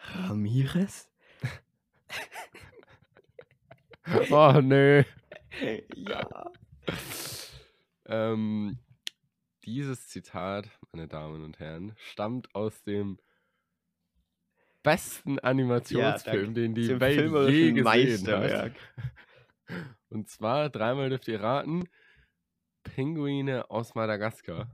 Ramirez? Oh, nö. Ja. Ähm, dieses Zitat, meine Damen und Herren, stammt aus dem besten Animationsfilm, den die Zum Welt je filmerischen gesehen hat. Meisterwerk. Und zwar, dreimal dürft ihr raten, Pinguine aus Madagaskar.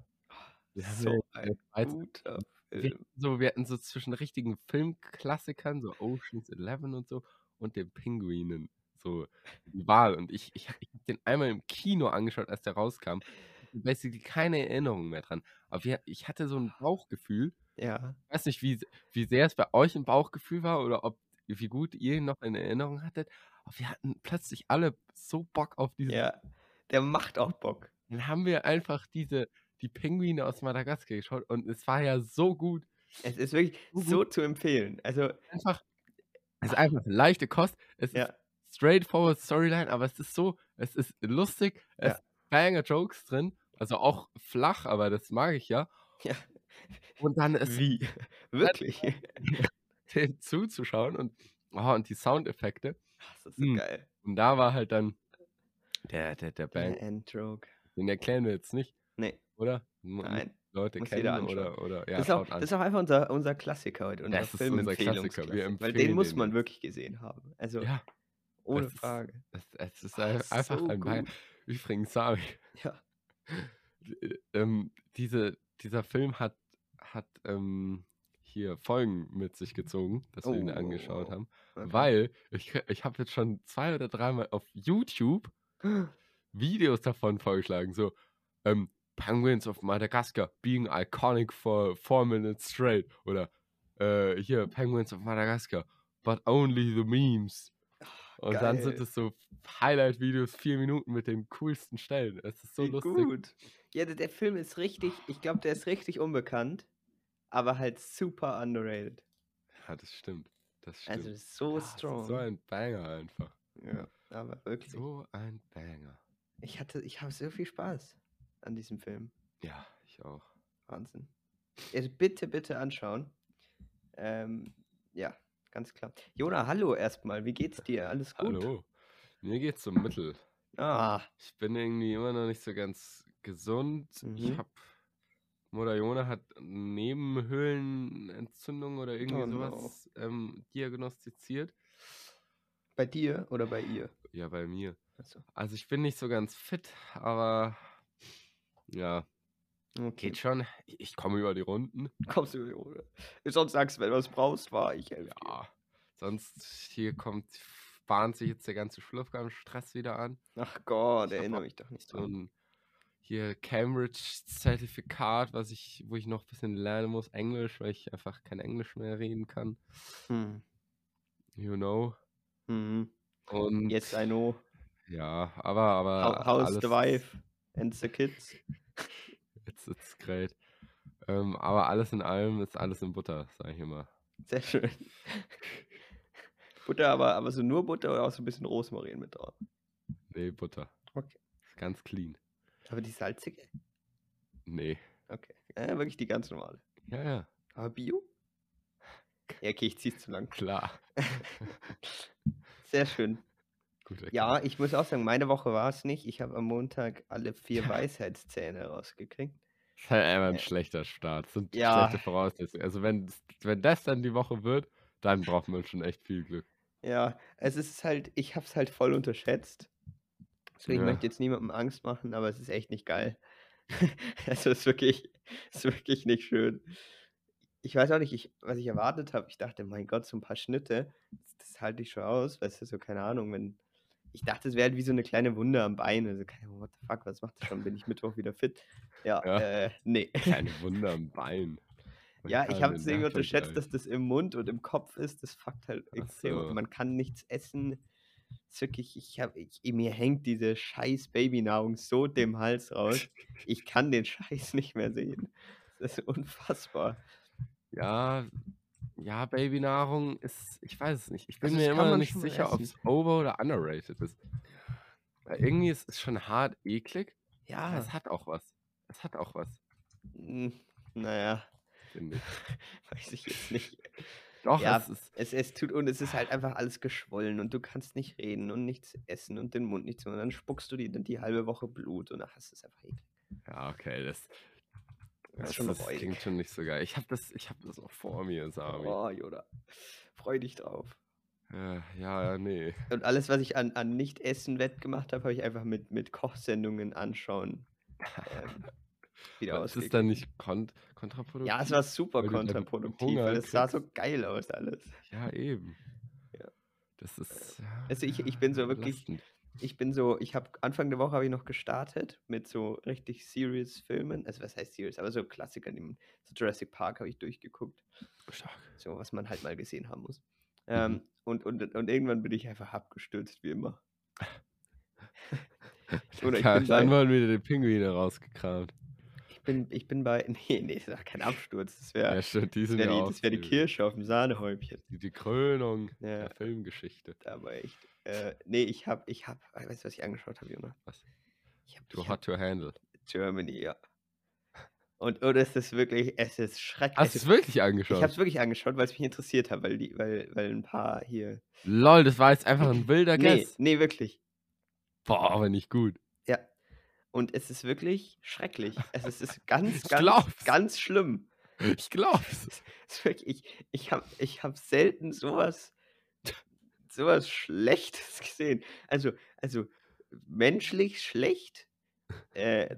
Wir haben So ja in ein der Schweiz guter wir, Film. äh, so, wir hatten so zwischen richtigen Filmklassikern, so Oceans 11 und so, und den Pinguinen, so die Wahl. Und ich, ich, ich habe den einmal im Kino angeschaut, als der rauskam. Ich hab Basically keine Erinnerung mehr dran. Aber wir, ich hatte so ein Bauchgefühl. Ja. Ich weiß nicht, wie, wie sehr es bei euch ein Bauchgefühl war oder ob wie gut ihr ihn noch in Erinnerung hattet. Aber wir hatten plötzlich alle so Bock auf diesen. ja. Der macht auch Bock. Dann haben wir einfach diese, die Pinguine aus Madagaskar geschaut und es war ja so gut. Es ist wirklich So so zu empfehlen. Also, einfach, es ist einfach eine leichte Kost. Es Ah. ja. ist straightforward Storyline, aber es ist so, es ist lustig, es Ja. sind banger Jokes drin, also auch flach, aber das mag ich ja. Ja. Und dann ist Wie? Wirklich? dem zuzuschauen und, oh, und die Soundeffekte. Das ist so Hm. geil. Und da war halt dann der, der, Der der Bang. Endjoke. Den erklären wir jetzt nicht, Nee, oder? M- nein. Leute muss jeder kennen anschauen. oder, oder ja, das, ist auch, schaut an. das ist auch einfach unser, unser Klassiker heute. Unser Das ist unser Klassiker. Wir Filmempfehlungsklassiker, Weil den empfehlen muss den man jetzt. wirklich gesehen haben. Also, ja, ohne ist- Frage. es, es ist Ah, ein- so einfach ein Bang. gut. Übrigens, sorry. Ja. äh, ähm, diese, dieser Film hat, hat ähm, hier Folgen mit sich gezogen, dass wir ihn Oh, angeschaut haben. okay. Weil ich, kö- ich habe jetzt schon zwei oder dreimal auf YouTube Videos davon vorgeschlagen. So, ähm, Penguins of Madagascar being iconic for four minutes straight. Oder äh, hier, Penguins of Madagascar, but only the memes. Und dann sind Ah, geil. es so Highlight-Videos, vier Minuten mit den coolsten Stellen. Es ist so Wie lustig. gut. Ja, der, der Film ist richtig, ich glaube, der ist richtig unbekannt, aber halt super underrated. Ja, das stimmt. Das stimmt. Also so Ah, es ist strong. So ein Banger einfach. ja, aber wirklich. So ein Banger. Ich hatte, ich habe so viel Spaß an diesem Film. Ja, ich auch. Wahnsinn. Ja, bitte, bitte anschauen. Ähm, ja, ganz klar. Jona, hallo erstmal. Wie geht's dir? Alles gut? Hallo. Mir geht's um Mittel. Ah, Ich bin irgendwie immer noch nicht so ganz gesund. Ich Mhm. hab. Modajone hat Nebenhöhlenentzündung oder irgendwie Oh no. sowas ähm, diagnostiziert. bei dir oder bei ihr? Ja, bei mir. Achso. Also ich bin nicht so ganz fit, aber ja, Okay. geht schon. Ich, ich komme über die Runden. Kommst du, Jona. Sonst sagst du, wenn du was brauchst, war ich helfe dir. Ja, sonst hier kommt, bahnt sich jetzt der ganze Schulabgabenstress wieder an. Ach Gott, Ich hab erinnere auch mich doch nicht So dran. ein hier Cambridge-Zertifikat, was ich, wo ich noch ein bisschen lernen muss, Englisch, weil ich einfach kein Englisch mehr reden kann. Hm. You know. Mhm. Und Jetzt I know. ja, aber, aber How, how's the alles- wife and the kids? It's, it's great. Ähm, aber alles in allem ist alles in Butter, sag ich immer. Sehr schön. Butter, aber, aber so nur Butter oder auch so ein bisschen Rosmarin mit drauf? Nee, Butter. Okay. Ist ganz clean. Aber die salzige? Nee. Okay. Äh, wirklich die ganz normale. Ja, ja, Aber Bio? Ja, okay, ich zieh's zu lang. klar. Sehr schön. Gut erkannt. Ja, ich muss auch sagen, meine Woche war es nicht. Ich habe am Montag alle vier Ja. Weisheitszähne rausgekriegt. Ist halt einfach ein schlechter Start. Sind Äh, Ja. schlechte Voraussetzungen. Also wenn, wenn das dann die Woche wird, dann braucht man schon echt viel Glück. Ja, es ist halt, ich hab's halt voll unterschätzt. So, ich Ja. möchte jetzt niemandem Angst machen, aber es ist echt nicht geil. also es ist wirklich, es ist wirklich nicht schön. Ich weiß auch nicht, ich, was ich erwartet habe. Ich dachte, mein Gott, so ein paar Schnitte, das, das halte ich schon aus, weißt du, so keine Ahnung, wenn. Ich dachte, es wäre halt wie so eine kleine Wunde am Bein. Also, keine Ahnung, what the fuck, was macht das schon? Bin ich Mittwoch wieder fit? Ja, Ja. äh, nee. Keine Wunder am Bein. Man Ja, ich kann habe den es irgendwie Nachschlag unterschätzt, gleich. dass das im Mund und im Kopf ist. Das fuckt halt Ach extrem. ab. so. Man kann nichts essen. Es ist wirklich, ich hab, ich, mir hängt diese scheiß Babynahrung so dem Hals raus. Ich kann den Scheiß nicht mehr sehen. Das ist unfassbar. Ja, ja, Babynahrung ist, ich weiß es nicht. Ich bin Also das mir kann immer noch man nicht schon sicher, ob es essen. over oder underrated ist. Weil irgendwie ist es schon hart eklig, aber Ja, es hat auch was. Es hat auch was, mm, naja, finde ich. weiß ich jetzt nicht. Doch, Ja, es ist. Es, es tut und es ist halt einfach alles geschwollen und du kannst nicht reden und nichts essen und den Mund nichts mehr. Und dann spuckst du dir dann die halbe Woche Blut und dann hast du es einfach eklig. Ja, okay, das. Das ist schon räudig. klingt schon nicht so geil. Ich habe das, ich hab das noch vor mir, Sami. Oh, Yoda. Freu dich drauf. Äh, ja, ja, nee. Und alles, was ich an, an Nicht-Essen wettgemacht habe, habe ich einfach mit, mit Kochsendungen anschauen. Ähm, wieder Aber Ist es ausgeglichen. dann nicht kont kontraproduktiv? Ja, also es war super weil du dann kontraproduktiv, Hunger weil es sah so kriegst? geil aus alles. Ja, eben. Ja. Das ist. Ja, Also ich- ich bin so wirklich- belastend. Ich bin so, ich habe Anfang der Woche habe ich noch gestartet mit so richtig serious Filmen. Also was heißt serious, aber so Klassiker, die man, so Jurassic Park habe ich durchgeguckt. Stark. So, was man halt mal gesehen haben muss. Mhm. Ähm, und, und, und irgendwann bin ich einfach abgestürzt, wie immer. Oder ich Ja, bin dann bei- waren wieder die Pinguine rausgekramt. Ich bin, ich bin bei. Nee, nee, das war kein Absturz. Das Ja, wäre stimmt, die das sind wär ja die, auch das wär die serious. Kirsche auf dem Sahnehäubchen. Die, die Krönung Ja. der Filmgeschichte. Aber echt. Äh, nee, ich hab, ich hab, ah, weißt du, was ich angeschaut habe, Jona? Was? Ich hab, Too ich hab hot to handle. Germany, ja. Und, und es ist wirklich, es ist Hast du es schrecklich. wirklich Ich angeschaut? habe es wirklich angeschaut, weil es mich interessiert hat, weil die, weil, weil ein paar hier. Lol, das war jetzt einfach ein wilder Nee, Guess. nee, wirklich. Boah, aber nicht gut. Ja. Und es ist wirklich schrecklich. Es ist, es ist ganz, Ich ganz, glaub's. ganz schlimm. Ich glaub's. Es ist wirklich, ich, ich habe ich hab selten sowas, sowas Schlechtes gesehen. Also, also menschlich schlecht. Äh,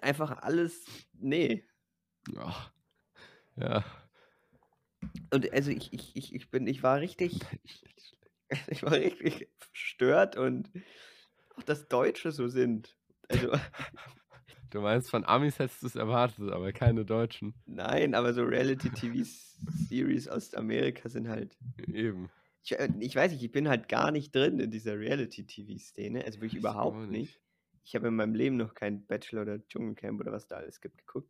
einfach alles, nee. Ja. Ja. Und also ich, ich, ich, ich bin, ich war richtig, ich war richtig verstört und auch dass Deutsche so sind. Also, Du meinst, von Amis hättest du es erwartet, aber keine Deutschen. nein, aber so Reality-TV-Series aus Amerika sind halt Eben. ich, äh, ich weiß nicht, ich bin halt gar nicht drin in dieser Reality-TV-Szene. Also wirklich Ich überhaupt auch nicht. nicht. Ich habe in meinem Leben noch kein Bachelor oder Dschungelcamp oder was da alles gibt geguckt.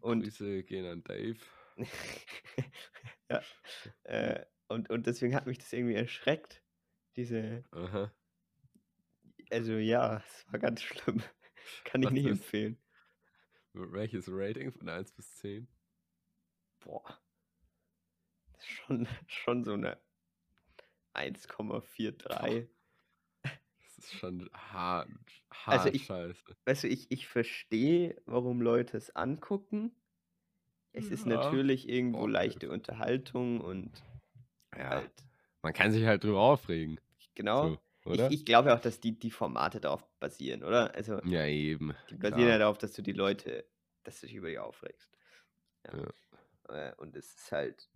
Und Und, Grüße gehen an Dave. ja, äh, und, und deswegen hat mich das irgendwie erschreckt. Diese, Aha. also ja, es war ganz schlimm. Kann ich Was nicht ist- empfehlen. Welches Rating von 1 bis 10? Boah. Das ist Schon, schon so eine 1,43. Das ist schon hart, hart Also ich- scheiße. weißt du, ich, ich verstehe, warum Leute es angucken. Es ist Hm, Ja, natürlich irgendwo boah, leichte Unterhaltung und Ja. halt, Äh, Man kann sich halt drüber aufregen. genau. So, oder? ich, ich glaube auch, dass die, die Formate darauf basieren, oder? Also ja, eben. die basieren klar. ja darauf, dass du die Leute, dass du dich über die aufregst. Ja. Äh, Und es ist halt.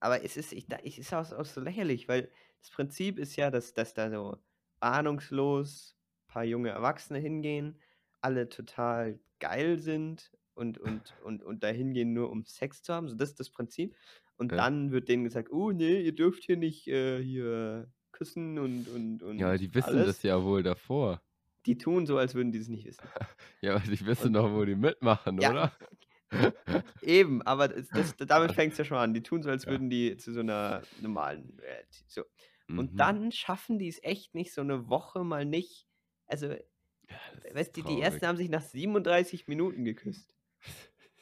Aber es ist, ich, da- es ist auch, auch so lächerlich, weil das Prinzip ist ja, dass, dass da so ahnungslos ein paar junge Erwachsene hingehen, alle total geil sind und, und, und, und da hingehen nur um Sex zu haben. So, das ist das Prinzip. Und Ja. dann wird denen gesagt, oh nee, ihr dürft hier nicht äh, hier küssen und, und, und Ja, aber die wissen alles. das ja wohl davor. Die tun so, als würden die es nicht wissen. Ja, aber die wissen doch, wo die mitmachen, Ja. oder? Eben, aber das, das, damit fängt es ja schon an. Die tun so, als Ja. würden die zu so einer normalen Reality. So. Und Mhm. dann schaffen die es echt nicht, so eine Woche mal nicht. Also, Ja, das ist weißt du, die traurig. ersten haben sich nach 37 Minuten geküsst.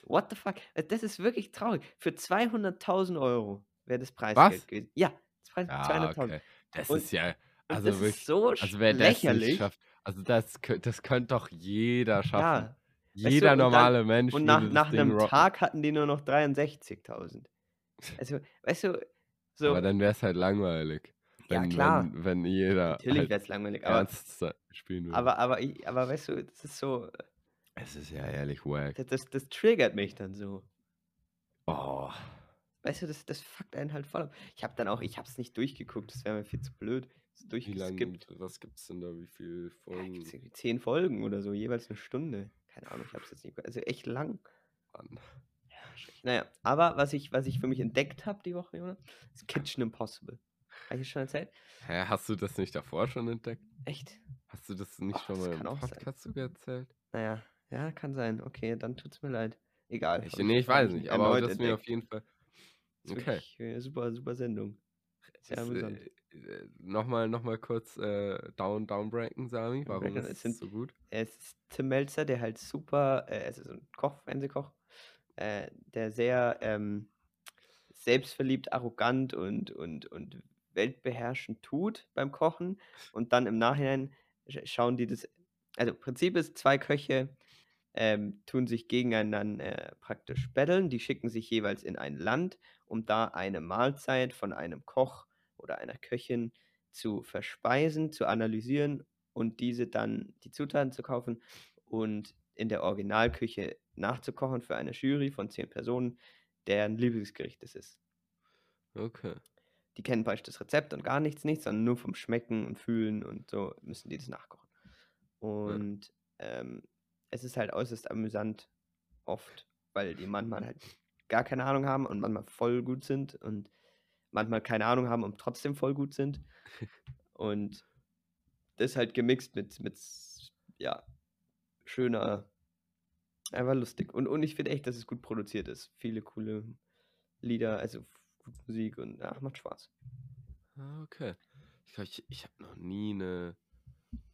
What the fuck? Äh, Das ist wirklich traurig. Für 200.000 Euro wäre das Preisgeld Was? gewesen. Ja, das Preis Ja, 200.000. okay. Das Und- ist ja. Und Also das wirklich. ist so Also wer das nicht lächerlich. schafft, also das, kö- das könnte doch jeder schaffen. ja. du, jeder und dann- normale Mensch Und nach, würde das nach Ding einem rocken. Tag hatten die nur noch 63.000. Also, weißt du, so. Aber dann wäre es halt langweilig. Ja, Wenn, klar. Wenn, wenn jeder Natürlich halt wäre es langweilig, aber, ernst se- spielen würde. aber, aber, ich, aber weißt du, das ist so, es ist ja ehrlich wack. das, das, das triggert mich dann so. Oh. Weißt du, das, das fuckt einen halt voll ab. Ich habe dann auch, ich habe es nicht durchgeguckt, das wäre mir viel zu blöd. So Wie lange, durchgeskippt. was gibt's denn da? Wie viel Ja, Folgen? gibt's irgendwie zehn Folgen oder so, jeweils eine Stunde. Keine Ahnung, ich habe es jetzt nicht. be- Also echt lang. Mann. Naja, aber was ich, was ich für mich entdeckt habe die Woche, Junge, ist Kitchen Impossible. Habe ich es schon erzählt? Hä, hast du das nicht davor schon entdeckt? Echt? Hast du das nicht Ach, schon das mal kann im auch sein. Podcast sogar erzählt? Naja, ja, kann sein. Okay, dann tut's mir leid. Egal. Ich, hab nee, ich hab weiß nicht, aber erneut das ist mir auf entdeckt. jeden Fall. Ist Okay. äh, wirklich, äh, Super, super Sendung. Sehr amüsant. Nochmal noch mal kurz äh, down, downbreaken, Sami. Warum Downbreaken, ist es es sind- so gut? es ist Tim Melzer, der halt super, äh, also so ein Koch, Fernsehkoch, äh, der sehr, ähm, selbstverliebt, arrogant und, und, und weltbeherrschend tut beim Kochen und dann im Nachhinein sch- schauen die das. Also Prinzip ist, zwei Köche ähm, tun sich gegeneinander äh, praktisch betteln. Die schicken sich jeweils in ein Land, um da eine Mahlzeit von einem Koch oder einer Köchin zu verspeisen, zu analysieren und diese dann die Zutaten zu kaufen und in der Originalküche nachzukochen für eine Jury von zehn Personen, deren Lieblingsgericht es ist. Okay. Die kennen beispielsweise das Rezept und gar nichts, nichts, sondern nur vom Schmecken und Fühlen und so müssen die das nachkochen. Und ähm, es ist halt äußerst amüsant, oft, weil die manchmal halt gar keine Ahnung haben und manchmal voll gut sind und manchmal keine Ahnung haben und trotzdem voll gut sind. Und das halt gemixt mit, mit ja, schöner, einfach lustig. Und, und ich finde echt, dass es gut produziert ist. Viele coole Lieder, also gute Musik und ja, macht Spaß. Ah, Okay. Ich glaube, ich, ich habe noch nie eine,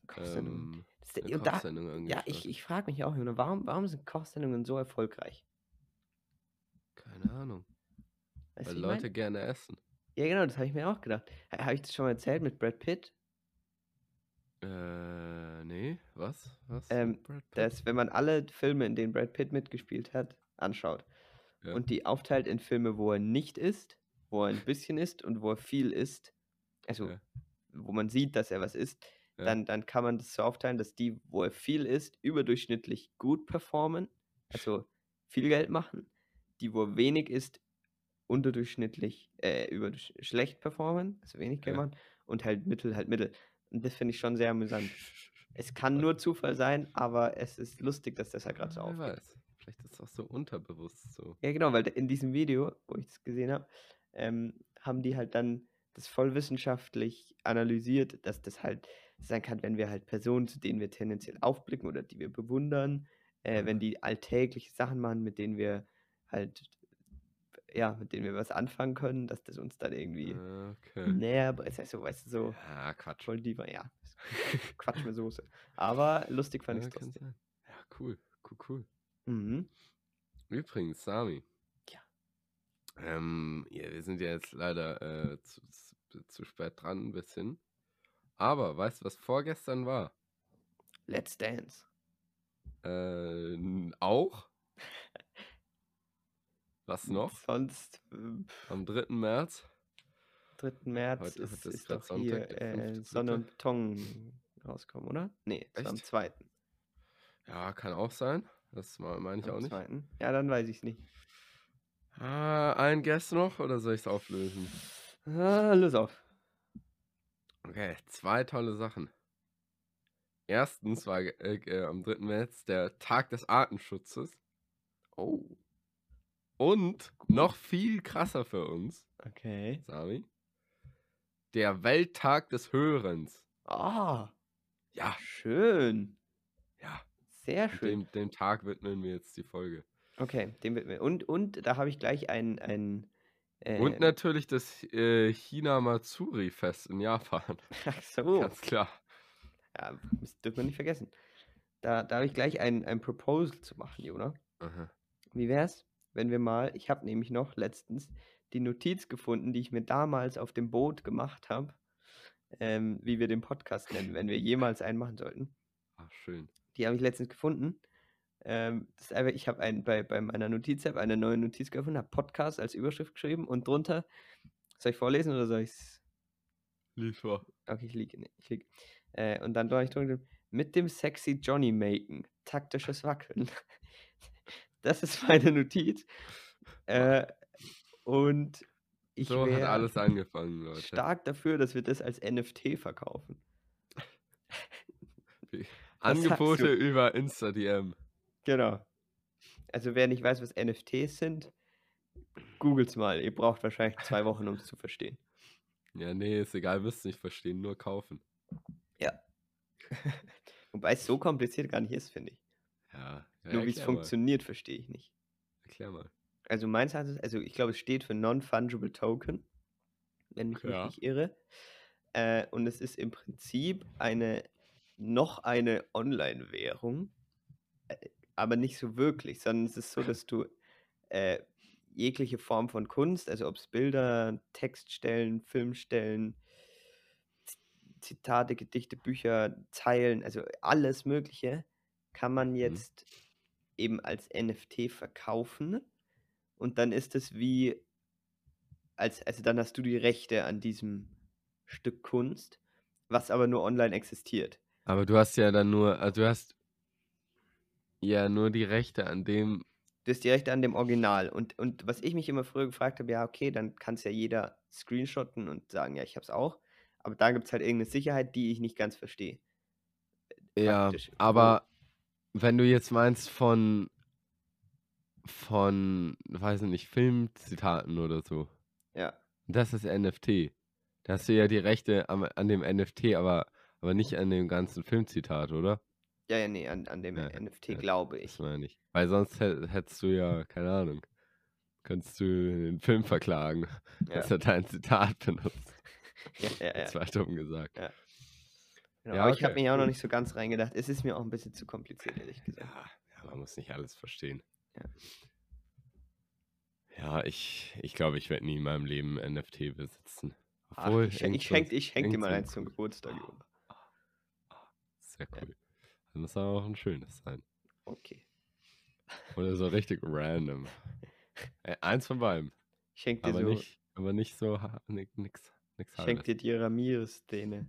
Kochsendungen. ähm, Das ist der- eine Äh, und da- Kochsendung ja, angeschaut. ich, ich frage mich auch immer, warum, warum sind Kochsendungen so erfolgreich? Keine Ahnung. Weißt du, weil wie ich mein? Leute gerne essen. Ja, genau, das habe ich mir auch gedacht. Habe ich das schon mal erzählt mit Brad Pitt? Äh, nee, was? Was? Ähm, Brad Pitt? Dass, wenn man alle Filme, in denen Brad Pitt mitgespielt hat, anschaut Ja. und die aufteilt in Filme, wo er nicht isst, wo er ein bisschen isst und wo er viel isst, also Ja. wo man sieht, dass er was isst, Ja. dann, dann kann man das so aufteilen, dass die, wo er viel isst, überdurchschnittlich gut performen, also viel Geld machen, die, wo er wenig isst, unterdurchschnittlich, äh, überdurch schlecht performen, also wenig Geld Ja. machen und halt Mittel, halt Mittel. Und das finde ich schon sehr amüsant. Es kann nur Zufall sein, aber es ist lustig, dass das halt gerade so Ah, wer aufgeht. weiß. Vielleicht ist es auch so unterbewusst so. Ja, genau, weil in diesem Video, wo ich das gesehen habe, ähm, haben die halt dann das voll wissenschaftlich analysiert, dass das halt sein kann, wenn wir halt Personen, zu denen wir tendenziell aufblicken oder die wir bewundern, äh, wenn Ah. die alltägliche Sachen machen, mit denen wir halt, ja, mit denen wir was anfangen können, dass das uns dann irgendwie Ah, Okay. näher, br- ist ja so, weißt du, so Ah, Quatsch. voll die, ja, Quatsch mit Soße. Aber lustig fand ich Ja, es kann trotzdem. sein. Ja, cool, cool, cool. Mhm. Übrigens, Sami. Ja. Ähm, ja, wir sind ja jetzt leider äh, zu, zu, zu spät dran ein bisschen. Aber weißt du, was vorgestern war? Let's Dance. Äh, n- auch? Was noch? Sonst, äh, Am 3. März? 3. März Heute- ist, heute ist ist grad doch Sonntag, hier der äh, 5.3.. Sonne und Beton rauskommen, oder? Nee, es war am Echt? 2. Ja, kann auch sein. Das ma- meine ich am auch nicht. 2.. Ja, dann weiß ich es nicht. Ah, ein Guess noch oder soll ich es auflösen? Ah, los auf. Okay, zwei tolle Sachen. Erstens war ge- äh, äh, am 3. März der Tag des Artenschutzes. Oh, Und noch viel krasser für uns, okay. Sami, der Welttag des Hörens. Ah, Ja, schön. ja. Sehr und schön. Dem, dem Tag widmen wir jetzt die Folge. Okay, dem wird mir. Und, und da habe ich gleich ein. ein äh, Und natürlich das äh, Hinamatsuri-Fest in Japan. Ach so, Ganz klar. ja, das dürfen wir nicht vergessen. Da, da habe ich gleich ein, ein Proposal zu machen, Jona. Aha. Wie wär's, wenn wir mal, ich habe nämlich noch letztens die Notiz gefunden, die ich mir damals auf dem Boot gemacht habe, ähm, wie wir den Podcast nennen, wenn wir jemals einen machen sollten. Ah, schön. Die habe ich letztens gefunden. Ähm, das ist einfach, ich habe ein, bei, bei meiner Notiz-App eine neue Notiz gefunden, habe Podcast als Überschrift geschrieben und drunter, soll ich vorlesen oder soll ich's? Liefer. Okay, ich liege. Nee, ich liege. Äh, und dann war ich drunter mit dem sexy Johnny Maken. Taktisches Wackeln. Das ist meine Notiz. Äh, und ich So hat wäre alles angefangen, Leute. stark dafür, dass wir das als NFT verkaufen. Was sagst Angebote du? über Insta-DM. Genau. Also wer nicht weiß, was NFTs sind, googelt's mal. Ihr braucht wahrscheinlich zwei Wochen, um es zu verstehen. Ja, nee, ist egal, wirst nicht verstehen, nur kaufen. Wobei es so kompliziert gar nicht ist, finde ich. Ja. ja Nur wie es erklär funktioniert, verstehe ich nicht. Mal. Erklär mal. Also meins hat es, also ich glaube, es steht für Non-Fungible Token, wenn mich Ja. nicht ich irre. Äh, und es ist im Prinzip eine, noch eine Online-Währung, äh, aber nicht so wirklich, sondern es ist so, dass du äh, jegliche Form von Kunst, also ob es Bilder, Textstellen, Filmstellen, Z- Zitate, Gedichte, Bücher, Zeilen, also alles Mögliche, kann man jetzt eben als NFT verkaufen. Und dann ist es wie, als, also dann hast du die Rechte an diesem Stück Kunst, was aber nur online existiert. Aber du hast ja dann nur, also du hast ja nur die Rechte an dem. Du hast die Rechte an dem Original. Und, und was ich mich immer früher gefragt habe, ja, okay, dann kann es ja jeder screenshotten und sagen, ja, ich hab's auch. Aber da gibt es halt irgendeine Sicherheit, die ich nicht ganz verstehe. Ja, Praktisch. aber wenn du jetzt meinst von von, weiß ich nicht, Filmzitaten oder so. Ja. Das ist NFT. Da hast du ja die Rechte am, an dem NFT, aber, aber nicht an dem ganzen Filmzitat, oder? Ja, ja, nee, an, an dem Ja, NFT ja, glaube ich. Das meine ich. Weil sonst hä- hättest du ja, keine Ahnung, könntest du den Film verklagen, Ja, dass er dein Zitat benutzt. ja, ja, ja. Das war dumm gesagt. Genau. Ja, Aber ich habe okay, mich auch noch cool. nicht so ganz reingedacht. Es ist mir auch ein bisschen zu kompliziert, ehrlich gesagt. Ja, ja, man muss nicht alles verstehen. Ja. Ja, ich ich, glaube, ich werde nie in meinem Leben NFT besitzen. Ach, Obwohl, ich, schen- irgend ich so- schenke ich schenk dir irgend mal so ein eins zum cool- Geburtstag. Ah. Jonas. Sehr Ja. cool. Dann muss aber auch ein schönes sein. Okay. Oder so richtig random. Äh, eins von beiden. Ich schenke dir Aber, so, ich nicht, aber nicht so ha- ni- nix, nix schenk Hartes. dir die Ramirez-Szene.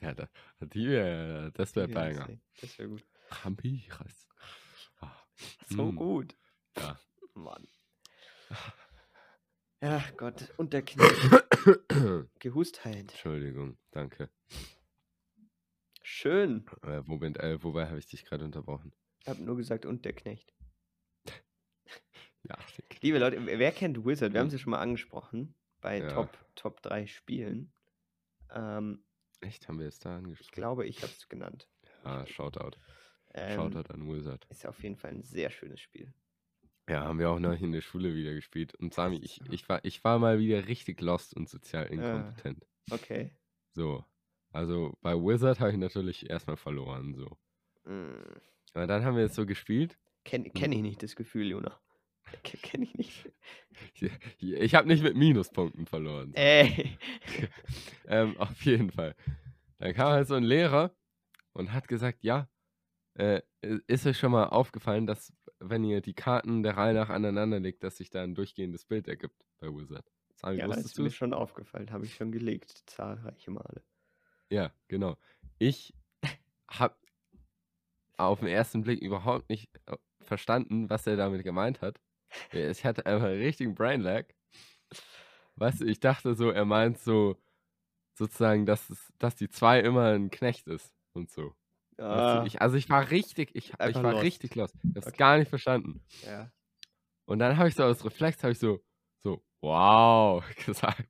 Ja, da, die wär, das wäre Die wär Banger. lustig. Das wäre gut. Ramirez. Ah, So Mm. gut. Ja. Mann. Ja, Gott. Und der Knirps gehust halt. Ah. Entschuldigung, danke. Schön. Äh, wo bin, äh, wobei habe ich dich gerade unterbrochen? Ich habe nur gesagt, und der Knecht. Ja, ich- Liebe Leute, w- wer kennt Wizard? Wir haben es Mhm. ja schon mal angesprochen bei Ja. Top, Top 3 Spielen. Ähm, echt, haben wir es da ich angesprochen? glaube, ich habe es genannt. Ah, Shoutout. Ähm, Shoutout an Wizard. Ist auf jeden Fall ein sehr schönes Spiel. Ja, haben wir auch noch in der Schule wieder gespielt. Und Sami, ich, ich, war, ich war mal wieder richtig lost und sozial inkompetent. Okay. So. Also bei Wizard habe ich natürlich erstmal verloren. So. Mm. Aber dann haben wir es so gespielt. Hm. Kenne kenn ich nicht das Gefühl, Jona. Kenne ich nicht. Ich, ich habe nicht mit Minuspunkten verloren. Ey. ähm, auf jeden Fall. Dann kam halt so ein Lehrer und hat gesagt, ja, äh, ist euch schon mal aufgefallen, dass wenn ihr die Karten der Reihe nach aneinander legt, dass sich da ein durchgehendes Bild ergibt bei Wizard. Sami, Ja, das wusstest ist du mir das? schon aufgefallen. Habe ich schon gelegt. Zahlreiche Male. Ja, genau. Ich habe auf den ersten Blick überhaupt nicht äh, verstanden, was er damit gemeint hat. Äh, Ich hatte einfach einen richtigen Brain Lag. Weißt du, ich dachte so, er meint so sozusagen, dass, es, dass die zwei immer ein Knecht ist und so. Weißt du, Ah, ich, also ich war richtig, ich, ich Einfach war lost. richtig los. Ich hab's Okay. gar nicht verstanden. ja. Und dann habe ich so aus Reflex, habe ich so, so, wow, gesagt.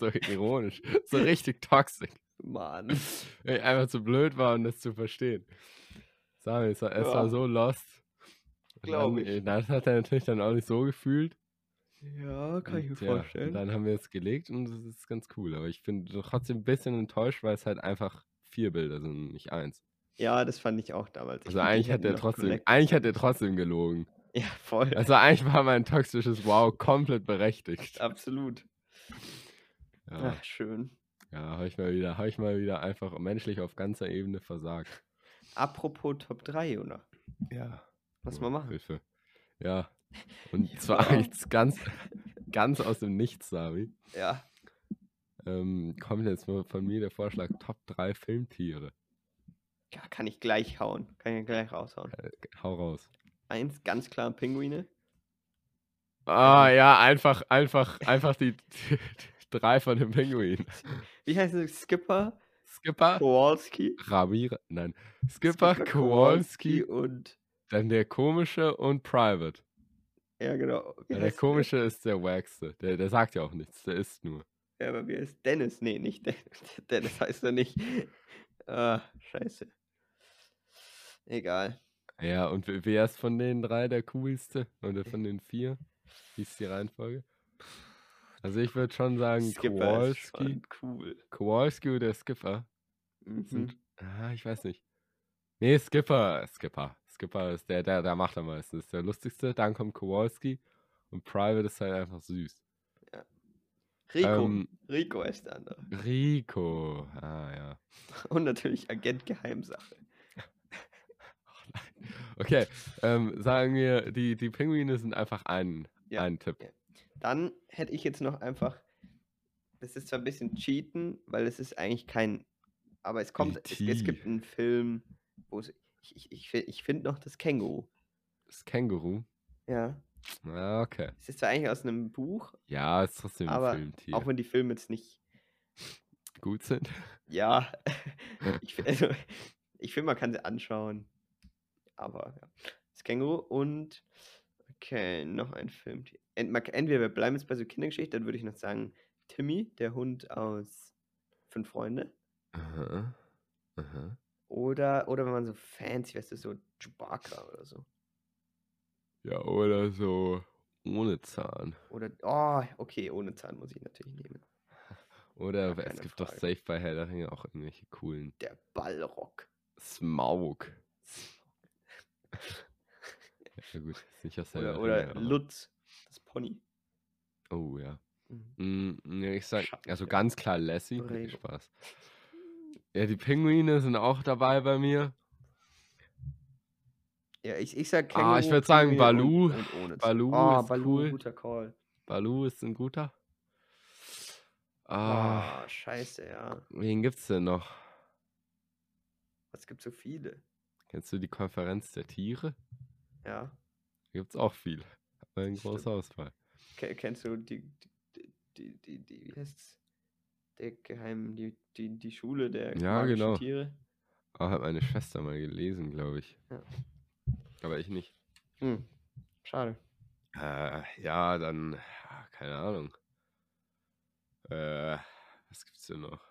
So ironisch. so richtig toxisch Mann. weil ich einfach zu blöd war, um das zu verstehen. Sami, es war, es war Ja. so lost. Und Glaub dann, ich. äh, Das hat er natürlich dann auch nicht so gefühlt. Ja, kann ich mir Und ja, und vorstellen. Dann haben wir es gelegt und das ist ganz cool. Aber ich bin trotzdem ein bisschen enttäuscht, weil es halt einfach vier Bilder sind, und nicht eins. ja, das fand ich auch damals. Ich Also find, ich eigentlich hat hätte er noch trotzdem, geleckt. eigentlich hat er trotzdem gelogen. Ja, voll. Also eigentlich war mein toxisches Wow komplett berechtigt. Absolut. Ja, Ach, schön. ja habe ich mal wieder, habe ich mal wieder einfach menschlich auf ganzer Ebene versagt. Apropos Top 3, Jona. Ja. Was Boah, wir machen. Hilfe. Ja. Und Ja. zwar jetzt ganz, ganz aus dem Nichts, Sami. Ja. Ähm, kommt jetzt mal von mir der Vorschlag: Top 3 Filmtiere. ja. Kann ich gleich hauen. Kann ich gleich raushauen. Äh, Hau raus. Eins, ganz klar Pinguine. Ah, ja, einfach, einfach, einfach die, die drei von dem Pinguin. Wie heißt es? Skipper, Skipper, Kowalski. Ramir, nein. Skipper, Skipper, Kowalski, und. dann der komische und Private. Ja, genau. Wie Ja, der heißt komische ist der Waxte. Der, der sagt ja auch nichts, der isst nur. Ja, aber wie heißt Dennis? Nee, nicht Dennis. Dennis heißt er nicht. Ah, scheiße. Egal. Ja, und we- wer ist von den drei der coolste? Oder von den vier? Wie ist die Reihenfolge? Also ich würde schon sagen, Skipper ist Kowalski, schon cool. Kowalski oder Skipper. Mhm. Sind- Ah, ich weiß nicht. Nee, Skipper, Skipper. Skipper ist der, der, der macht am meisten. Ist der lustigste. Dann kommt Kowalski Und Private ist halt einfach süß. Rico. Ähm, Rico ist der andere. Rico. Ah, ja. Und natürlich Agent Geheimsache. Okay, ähm, sagen wir, die, die Pinguine sind einfach ein, Ja. ein Tipp. Dann hätte ich jetzt noch einfach. Das ist zwar ein bisschen Cheaten, weil es ist eigentlich kein. Aber es kommt. Es, es gibt E.T.. einen Film, wo es. Ich, ich, ich, fi- ich finde noch das Känguru. Das Känguru. Ja. Ah, okay. Es ist zwar eigentlich aus einem Buch, Ja, ist trotzdem Aber ein Filmtier. auch wenn die Filme jetzt nicht. gut sind. Ja. ich, fi- also, ich finde, man kann sie anschauen. Aber ja. Das Känguru und. Okay, noch ein Film. Ent, man- entweder wir bleiben jetzt bei so Kindergeschichte, dann würde ich noch sagen: Timmy, der Hund aus Fünf Freunde. Aha. Aha. Oder, oder wenn man so fancy, weißt du, so Chewbacca oder so. Ja, oder so ohne Zahn. Oder, oh, okay, ohne Zahn muss ich natürlich nehmen. Oder Gar es keine gibt doch Frage. safe bei Herr der Ringe auch irgendwelche coolen Der Ballrock. Smaug. Ja gut, ist nicht aus Herr Oder, der oder Ringe, aber- Lutz, das Pony. Oh ja. Mhm. Mm, nee, ich sag, also Schattenfilm. ganz klar Lassie. Nee, Rego. Spaß. Ja, die Pinguine sind auch dabei bei mir. Ja, ich, ich sag Ah, ich würd sagen, Pinguine Baloo. ohne Zahn. Baloo Ah, ist Baloo, cool. guter Call. Balu ist ein guter. Ah, Ah, scheiße, ja. wen gibt's denn noch? Es gibt so viele. Kennst du die Konferenz der Tiere? Ja. Gibt's auch viele. Aber eine Das stimmt. große Auswahl. Ke- Kennst du die, die, die, die, die wie heißt's? Der geheim, die, die, die Schule der Ja, magischen genau. Tiere? Ah, hat meine Schwester mal gelesen, glaube ich. Ja. Aber ich nicht. Hm. Schade. Äh, ja, dann, ah, keine Ahnung. Äh, was gibt's denn noch?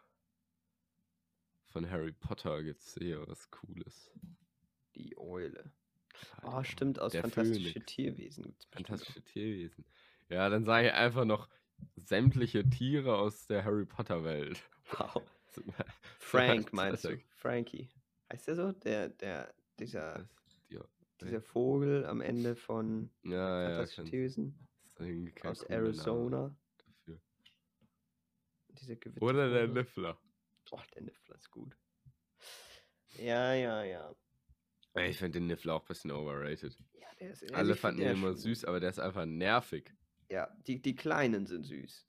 Von Harry Potter gibt's hier was Cooles. Die Eule. Keine Ah, Ahnung. stimmt, aus Der fantastische Phönix. Tierwesen. gibt's bestimmt noch. Fantastische Tierwesen. Ja, dann sage ich einfach noch sämtliche Tiere aus der Harry Potter Welt. Wow. Sind Äh, mal- Frank Zack, meinst du? zack. Frankie. Heißt der so? Der, der, dieser, Was? Ja, dieser Vogel am Ende von Ah, ja, ja. Fantastische Kann, Tierwesen ist irgendwie kein aus cooler Name Arizona. dafür. Diese Gewitter. Oder der Niffler. Oh, der Niffler ist gut. Ja, ja, ja. Ey, Ich finde den Niffler auch ein bisschen overrated. ja der ist, also ich Alle find fanden der ihn immer schon gut. süß, aber der ist einfach nervig. Ja, die, die Kleinen sind süß.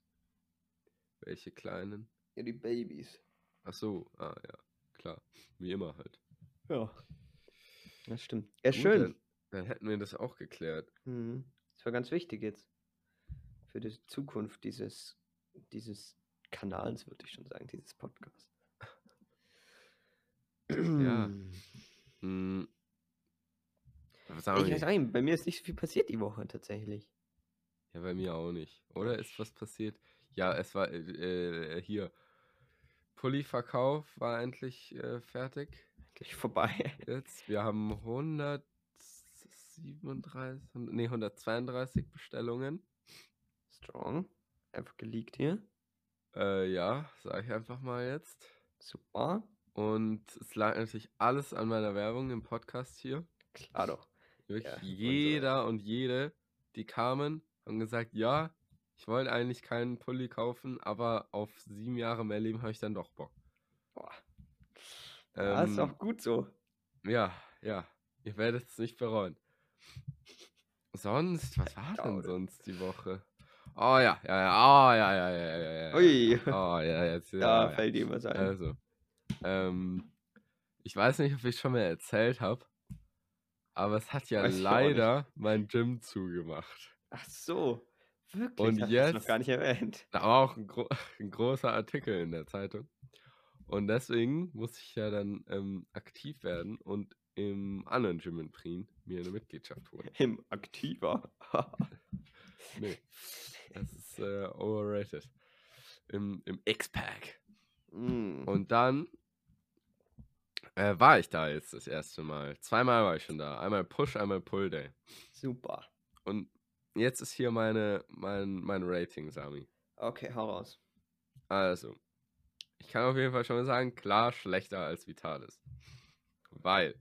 Welche kleinen? Ja, die Babys. Ach so, ah ja, klar. Wie immer halt. Ja. Das stimmt. Ja, Gut, schön. Dann, dann hätten wir das auch geklärt. Mhm. Das war ganz wichtig jetzt. Für die Zukunft dieses, dieses Kanals, würde ich schon sagen, dieses Podcasts. Ja. Hm. Was sagen Ich wir weiß nicht? auch nicht, bei mir ist nicht so viel passiert die Woche tatsächlich. Ja, bei mir auch nicht. Oder ist was passiert? Ja, es war äh, äh, hier. Pulli-Verkauf war endlich äh, fertig. Gleich vorbei. Jetzt, wir haben 137, nee, 132 Bestellungen. Strong. Einfach geleakt hier. Äh, ja, sage ich einfach mal jetzt. Super. Und es lag natürlich alles an meiner Werbung im Podcast hier. Klar doch. Wirklich Ja, jeder und jede, die kamen, haben gesagt, ja, ich wollte eigentlich keinen Pulli kaufen, aber auf sieben Jahre mehr Leben habe ich dann doch Bock. Boah. Ja, ist Ähm, auch gut so. Ja, ja. Ihr werdet es nicht bereuen. Sonst, was war denn Schade. sonst die Woche? Oh ja, ja, ja, oh ja, ja, ja, ja, ja. ja. Ui. Oh ja, jetzt. Da Ja, ja. fällt dir was ein. Also, ähm, ich weiß nicht, ob ich schon mal erzählt habe, aber es hat ja Weiß ich auch nicht. leider mein Gym zugemacht. Ach so. Wirklich? Und Hab ich das noch jetzt- gar nicht erwähnt. Da war auch ein, gro ein großer Artikel in der Zeitung. Und deswegen musste ich ja dann ähm, aktiv werden und im anderen Gym in Prien mir eine Mitgliedschaft holen. Im Aktiver. Nee, das ist äh, overrated. Im, im X-Pack. Mm. Und dann äh, war ich da jetzt das erste Mal. Zweimal war ich schon da. Einmal Push, einmal Pull Day. Super. Und jetzt ist hier meine, mein, mein Rating, Sami. Okay, hau raus. Also, ich kann auf jeden Fall schon mal sagen, klar schlechter als Vitalis. Weil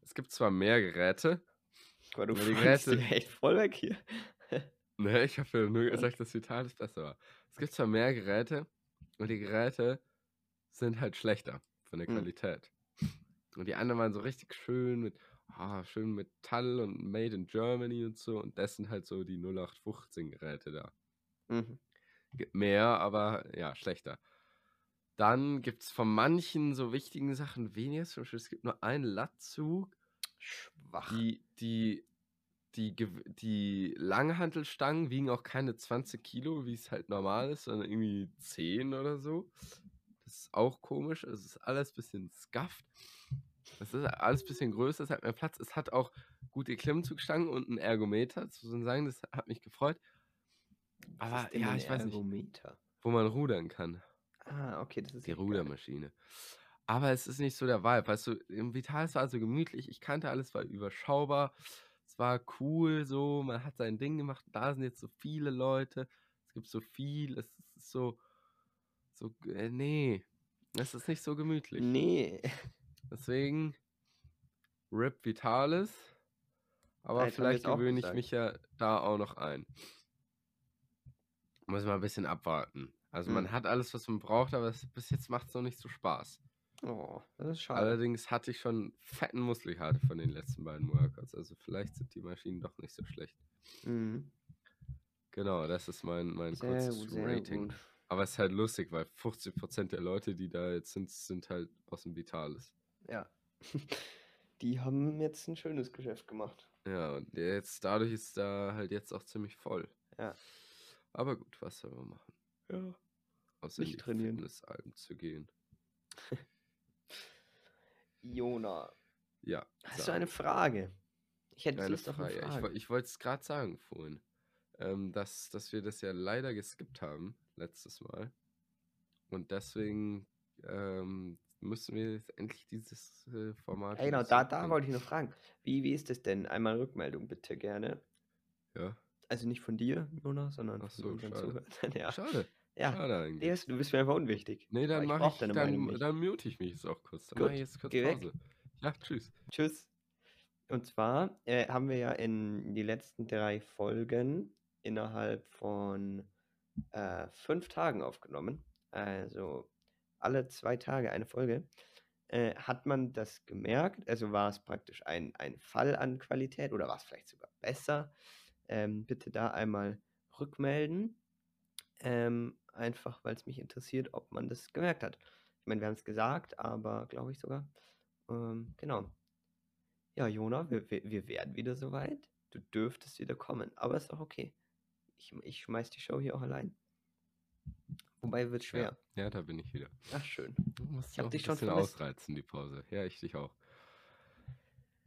es gibt zwar mehr Geräte, Guck mal, du Aber die fängst Geräte- echt voll weg hier. Ne, ich habe ja nur gesagt, dass Vitalis besser war. Es gibt zwar mehr Geräte und die Geräte sind halt schlechter von der Hm. Qualität. Und die anderen waren so richtig schön mit ah, schön Metall und Made in Germany und so und das sind halt so die 0815 Geräte da. Mhm. Gibt mehr, aber ja, schlechter. Dann gibt es von manchen so wichtigen Sachen weniger. Zum Beispiel, es gibt nur einen Latzug Schwach. die, die, die, gew- die Langhantelstangen wiegen auch keine 20 Kilo, wie es halt normal ist, sondern irgendwie 10 oder so. Das ist auch komisch. Es ist alles ein bisschen scuffed. Das ist alles ein bisschen größer, es hat mehr Platz. Es hat auch gute Klimmzugstangen und einen Ergometer. Das muss man sagen, das hat mich gefreut. Was aber ist denn ja, ein ich weiß nicht. Ergometer? Wo man rudern kann. Ah, okay, das ist Die ja geil. Rudermaschine. Aber es ist nicht so der Vibe. Weißt du, im Vitalis war so also gemütlich. Ich kannte alles, war überschaubar. Es war cool so. Man hat sein Ding gemacht. Da sind jetzt so viele Leute. Es gibt so viel. Es ist so. so äh, nee. Es ist nicht so gemütlich. Nee, Deswegen. Rip Vitalis. Alter, Aber haben wir vielleicht es auch gewöhne ich gesagt. mich ja da auch noch ein. Muss man ein bisschen abwarten. Also Mhm. man hat alles, was man braucht, aber es, bis jetzt macht es noch nicht so Spaß. oh, das ist schade. Allerdings hatte ich schon fetten Muskelkater von den letzten beiden Workouts. Also vielleicht sind die Maschinen doch nicht so schlecht. Mhm. Genau, das ist mein, mein Sehr kurzes gut, sehr Rating. gut. Aber es ist halt lustig, weil 50% der Leute, die da jetzt sind, sind halt aus dem Vitalis. Ja. Die haben jetzt ein schönes Geschäft gemacht. Ja, und jetzt dadurch ist da halt jetzt auch ziemlich voll. Ja. Aber gut, was soll man machen? Ja. Außer Nicht in die trainieren. Fitnessalben zu gehen. Jona, Ja. hast so. du eine Frage? Ich hätte Eine Lust auf eine Frage. Ich, Frage. woll- ich wollte es gerade sagen vorhin, ähm, dass, dass wir das ja leider geskippt haben letztes Mal. Und deswegen ähm, müssen wir jetzt endlich dieses äh, Format. Ja, wieder genau, da, da zurückbringen. wollte ich noch fragen. Wie, wie ist das denn? Einmal Rückmeldung bitte gerne. Ja, Also nicht von dir, Jonas, sondern Ach von so, unseren schade. Zuhörern. Ja, schade. ja. Schade eigentlich. Yes, du bist mir einfach unwichtig. nee, dann ich mache brauch ich, deine Meinung dann, nicht. dann mute ich mich jetzt auch kurz. Dann Gut, mache ich jetzt kurz geh weg. Pause. Ja, tschüss. Tschüss. Und zwar äh, haben wir ja in die letzten drei Folgen innerhalb von äh, fünf Tagen aufgenommen. Also alle zwei Tage eine Folge. Äh, hat man das gemerkt? Also war es praktisch ein, ein Fall an Qualität oder war es vielleicht sogar besser? Ähm, bitte da einmal rückmelden. Ähm, einfach, weil es mich interessiert, ob man das gemerkt hat. Ich meine, wir haben es gesagt, aber glaube ich sogar. Ähm, genau. Ja, Jona, wir, wir, wir werden wieder soweit. Du dürftest wieder kommen, aber ist auch okay. Ich, ich schmeiß die Show hier auch allein. Wobei wird schwer. Ja, ja, da bin ich wieder. Ach, schön. Du musst Ich hab noch ein dich schon bisschen vermisst. ausreizen, die Pause. Ja, ich dich auch.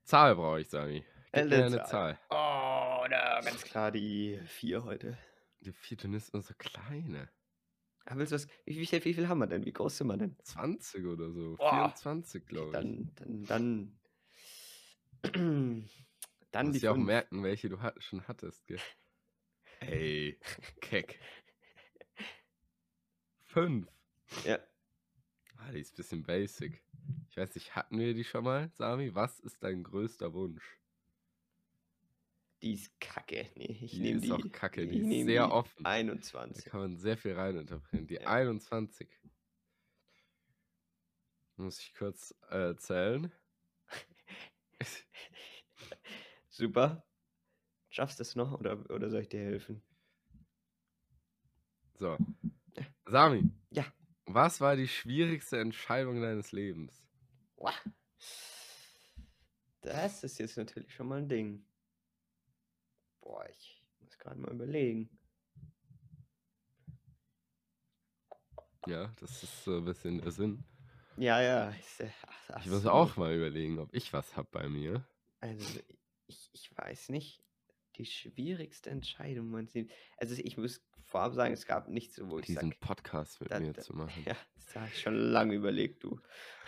Zahl brauche ich, Sami. Gib Eine mir eine Zahl. Zahl. Oh, na, ganz klar die vier heute. Die vierte ist unsere kleine. Ah, willst du was, wie, wie, viel, wie viel haben wir denn? Wie groß sind wir denn? 20 oder so. Boah. 24, Okay, glaube ich. dann, dann, dann. Du dann musst die ja auch fünf. merken, welche du hat, schon hattest. Gell? Hey, keck. 5. Ja, Ah, die ist ein bisschen basic. Ich weiß nicht, hatten wir die schon mal, Sami? Was ist dein größter Wunsch? die ist kacke. Nee, ich Die nehme ist die. auch kacke, die ich ist nehm sehr die offen. Da 21. kann man sehr viel reininterpretieren. Die Ja. 21. Muss ich kurz äh, zählen. Super. Schaffst du es noch oder, oder soll ich dir helfen? So. Sami. Ja. Was war die schwierigste Entscheidung deines Lebens? Wah. Das ist jetzt natürlich schon mal ein Ding. Boah, ich muss gerade mal überlegen. Ja, das ist so ein bisschen der Sinn. Ja, ja. Ich, äh, ach, ach Ich muss so. auch mal überlegen, ob ich was habe bei mir. Also, ich, ich weiß nicht. Die schwierigste Entscheidung meines Lebens. Also, ich muss vorab sagen, es gab nichts, wo ich diesen sage, Podcast mit da- mir da- zu machen. ja, das habe ich schon lange überlegt, du.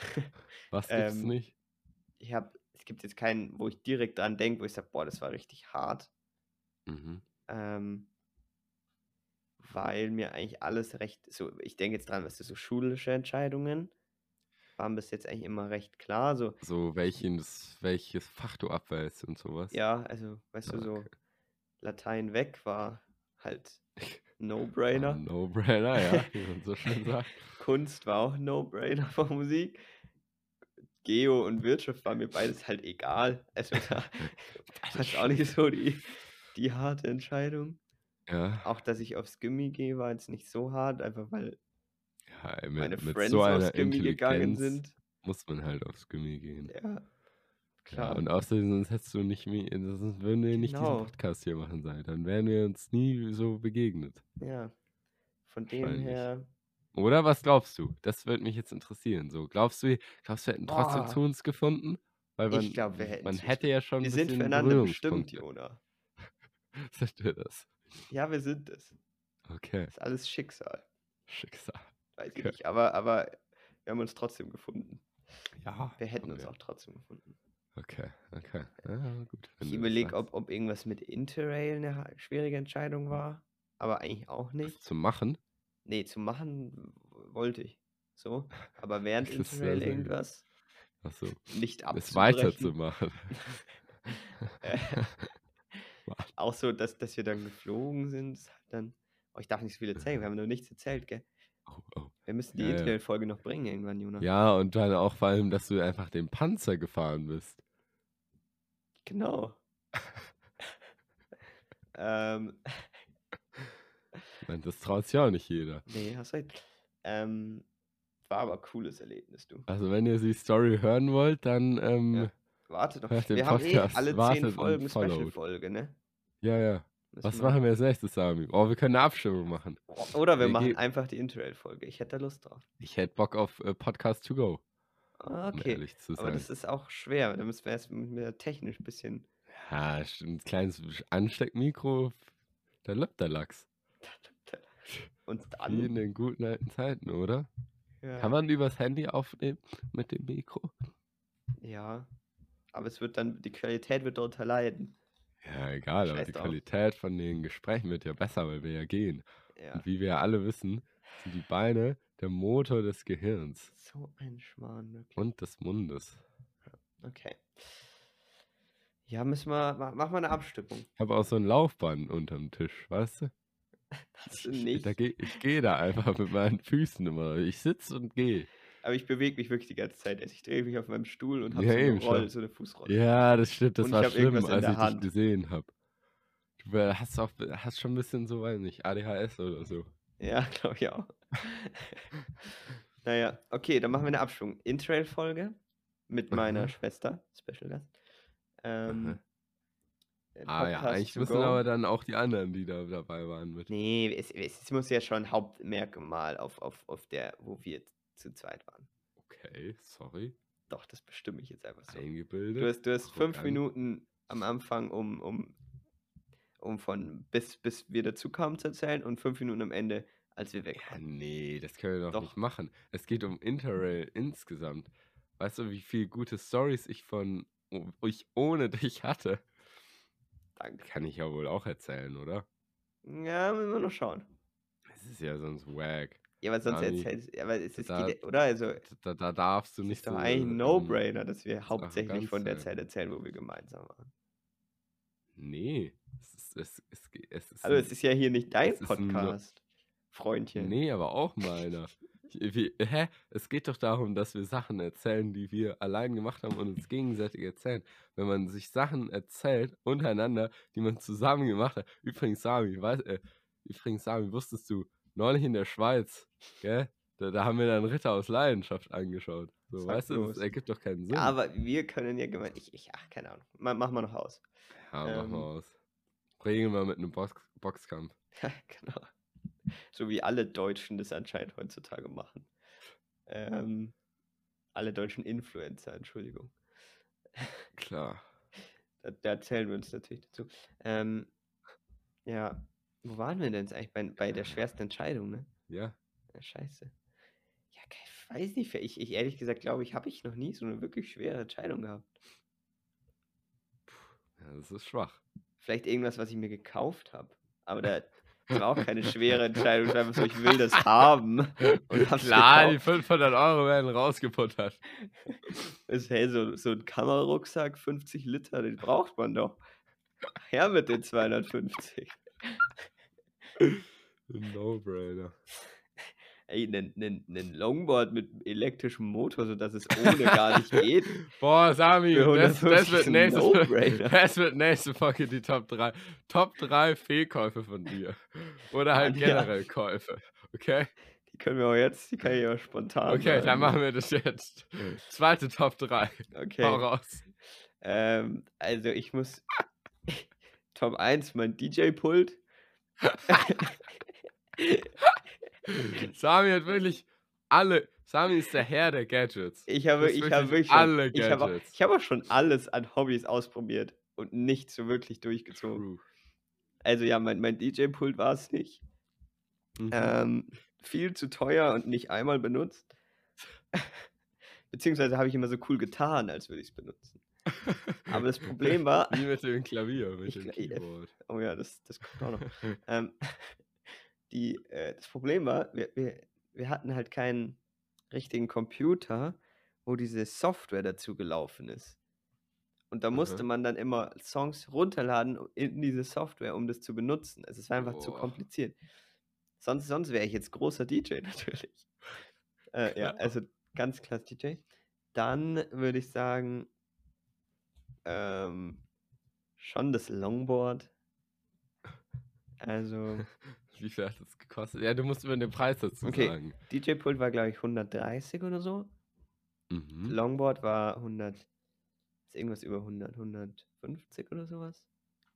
Was gibt's Ähm, nicht? Ich habe, es gibt jetzt keinen, wo ich direkt dran denke, wo ich sage, boah, das war richtig hart. Mhm. ähm, weil mir eigentlich alles recht, so ich denke jetzt dran, weißt du, so schulische Entscheidungen waren bis jetzt eigentlich immer recht klar, so So, welches, welches Fach du abwählst und sowas. ja, also weißt du, Ah, so okay. Latein weg war halt No-Brainer. No-Brainer, ja, wie man so schön sagt. Kunst war auch ein No-Brainer von Musik. Geo und Wirtschaft war mir beides halt egal. Also da war es auch nicht so die, die harte Entscheidung. Ja, Auch dass ich aufs Gimmi gehe, war jetzt nicht so hart, einfach weil ja ey, mit, meine mit Friends so aufs einer Gimmi gegangen Intelligenz sind. muss man halt aufs Gimmi gehen. Ja, Ja, klar. und außerdem, sonst hättest du nicht, mi- äh, sonst würden wir nicht Genau. diesen Podcast hier machen sein. Dann wären wir uns nie so begegnet. ja. Von dem Wahrscheinlich. her, Oder was glaubst du? Das würde mich jetzt interessieren. So, glaubst du, glaubst du, wir hätten trotzdem Boah. zu uns gefunden? Ich Weil man, glaub, wir hätten man zu- hätte ja schon ein wir bisschen sind füreinander bestimmt, Berührungspunkte. Jona. Sind wir das? Ja, wir sind es. Okay, Das ist alles Schicksal. Schicksal. Weiß ich Okay. nicht. Aber, aber wir haben uns trotzdem gefunden. Ja. Wir hätten haben uns auch trotzdem gefunden. Okay, okay. Ja, gut, wenn Ich du das überlege, sagst. ob, ob irgendwas mit Interrail eine ha- schwierige Entscheidung war. Aber eigentlich auch das nicht. zu machen. Nee, zu machen w- wollte ich. So. Aber während Das ist sehr, Interrail sehr gut. irgendwas Achso, nicht es abzubrechen. weiterzumachen. Äh, Auch so, dass, dass wir dann geflogen sind. ist halt Dann, oh, ich darf nicht so viel erzählen. Wir haben noch nichts erzählt, gell? oh, oh. Wir müssen die Ja, ja. Interrail-Folge noch bringen irgendwann, Juna. Ja, und dann auch vor allem, dass du einfach den Panzer gefahren bist. Genau. ähm, Ich meine, das traut sich auch nicht jeder. nee, hast recht. Ähm, war aber ein cooles Erlebnis, du. Also, wenn ihr die Story hören wollt, dann, ähm, Warte doch. Hört den Wir haben eh Podcast, alle wartet zehn und Folgen followt. Special-Folge, ne? ja, ja. Müssen Was wir- machen wir als nächstes, Sami? Oh, wir können eine Abstimmung machen. O- Oder wir Wir machen gehen- einfach die Interrail-Folge. Ich hätte da Lust drauf. Ich hätte Bock auf äh, Podcast to go, Ah, um Okay. ehrlich zu Aber sein. das ist auch schwer. Da müssen wir erst mit mir technisch ein bisschen. Ja, stimmt, ein kleines Ansteckmikro, da läuft der Lachs. Und Wie in dann. den guten alten Zeiten, oder? Ja. Kann man übers Handy aufnehmen mit dem Mikro? ja. Aber es wird dann, die Qualität wird darunter leiden. Ja, egal, aber Scheiß die drauf. Qualität von den Gesprächen wird ja besser, weil wir ja gehen. Ja. Und wie wir ja alle wissen, sind die Beine der Motor des Gehirns So ein Schmarrn, wirklich. und des Mundes. Okay. Ja, müssen wir. ma- Machen wir eine Abstimmung. Ich habe auch so ein Laufband unterm Tisch, weißt du? Das Ich, Äh, nicht. da geh, ich gehe da einfach mit meinen Füßen immer. Ich sitze und gehe. Aber ich bewege mich wirklich die ganze Zeit. Also ich drehe mich auf meinem Stuhl und habe Ja, so eine eben schon. Rolle, so eine Fußrolle. Ja, das stimmt. Das Und ich war hab schlimm, irgendwas als in der ich Hand. dich gesehen habe. Du äh, hast auch hast schon ein bisschen so, weiß nicht, ADHS oder so. Ja, glaube ich auch. naja, okay, dann machen wir eine Abstimmung. Intrail-Folge mit meiner Aha. Schwester, Special Guest. Ähm, äh, Ah ja, Podcast eigentlich to müssen go. aber dann auch die anderen, die da dabei waren, mit. Nee, es, es, es muss ja schon ein Hauptmerkmal auf, auf, auf der, wo wir zu zweit waren. Okay, sorry. Doch, das bestimme ich jetzt einfach so. Eingebildet. Du hast, du hast fünf arrogant. Minuten am Anfang, um, um, um von bis, bis wir dazu kamen zu erzählen und fünf Minuten am Ende, als wir weg Ja, waren. Ah, nee, das können wir doch, Doch. nicht machen. Es geht um Interrail insgesamt. Weißt du, wie viele gute Stories ich von oh, ich ohne dich hatte? Danke. Kann ich ja wohl auch erzählen, oder? Ja, müssen wir noch schauen. Das ist ja sonst wack. Ja, aber sonst Sami, erzählst ja, aber es ist, da- geht, oder? Also, Da- Da, da darfst du es nicht ist doch so, eigentlich ein ähm, No-Brainer, dass wir arrogant hauptsächlich von der sein. Zeit erzählen, wo wir gemeinsam waren. Nee, es ist, es, es, ge- es ist, Also, ein- es ist ja hier nicht dein es ist ein No- Podcast, Freundchen. nee, aber auch meiner. Ich- wie, hä? Es geht doch darum, dass wir Sachen erzählen, die wir allein gemacht haben und uns gegenseitig erzählen. Wenn man sich Sachen erzählt untereinander, die man zusammen gemacht hat. Übrigens, Sami, weiß, äh, übrigens, Sami, wusstest du, neulich in der Schweiz, gell? Da, da haben wir dann Ritter aus Leidenschaft angeschaut. So, Sag weißt du, bloß. das ergibt doch keinen Sinn. Ja, aber wir können ja gemeinsam. Ich, ich, ach, keine Ahnung. Ma, mach mal noch aus. ja, mach ähm, mal aus. Regeln wir mit einem Box Boxkampf. genau. So wie alle Deutschen das anscheinend heutzutage machen. Ähm, alle deutschen Influencer, Entschuldigung. Klar. Da, da erzählen wir uns natürlich dazu. Ähm, ja, wo waren wir denn jetzt eigentlich bei, bei der schwersten Entscheidung, ne? Ja. Ja, scheiße. Ja, ke- ich weiß nicht, ich, ich ehrlich gesagt glaube ich, habe ich noch nie so eine wirklich schwere Entscheidung gehabt. Ja, das ist schwach. Vielleicht irgendwas, was ich mir gekauft habe. Aber da das war auch keine schwere Entscheidung, es war einfach so, ich will das haben. Und hab's Klar, die gekauft. 500 Euro werden rausgeputtert. Ist, hey, so, so ein Kamerarucksack, 50 Liter, den braucht man doch. Her mit den 250. No-brainer. Ey, nen nen nen Longboard mit elektrischem Motor, sodass es ohne gar nicht geht. Boah, Sami, Für das, das, 150 wird ein nächste, No-brainer. das wird nächste Folge die Top 3. Top 3 Fehlkäufe von dir. Oder halt Ja. generell Käufe. Okay? Die können wir auch jetzt, die kann ich aber spontan. Okay, dann sagen. machen wir das jetzt. Mhm. Zweite Top 3. Hau Okay. raus. Ähm, also ich muss. Top 1, mein DJ-Pult. Sami hat wirklich alle. Sami ist der Herr der Gadgets. Ich habe, Das ich wirklich habe wirklich schon, alle ich habe, auch- Gadgets. ich habe auch schon alles an Hobbys ausprobiert und nichts so wirklich durchgezogen. True. Also ja, mein, mein DJ-Pult war es nicht. Mhm. Ähm, viel zu teuer und nicht einmal benutzt. Beziehungsweise habe ich immer so cool getan, als würde ich es benutzen. Aber das Problem war, Wie mit dem Klavier, mit Ich dem gl- ich- Keyboard. oh ja, das, das kommt auch noch. Ähm, die, äh, das Problem war, wir, wir, wir hatten halt keinen richtigen Computer, wo diese Software dazu gelaufen ist. Und da musste Aha. man dann immer Songs runterladen u- in diese Software, um das zu benutzen. Also es war einfach zu Boah. kompliziert. Sonst, sonst wäre ich jetzt großer DJ natürlich. Äh, ja, Klar. also ganz klasse DJ. Dann würde ich sagen, ähm, schon das Longboard. Also. Wie viel hat das gekostet? Ja, du musst über den Preis dazu Okay. sagen. DJ-Pult war, glaube ich, 130 oder so. Mhm. Longboard war 100, ist irgendwas über 100, 150 oder sowas.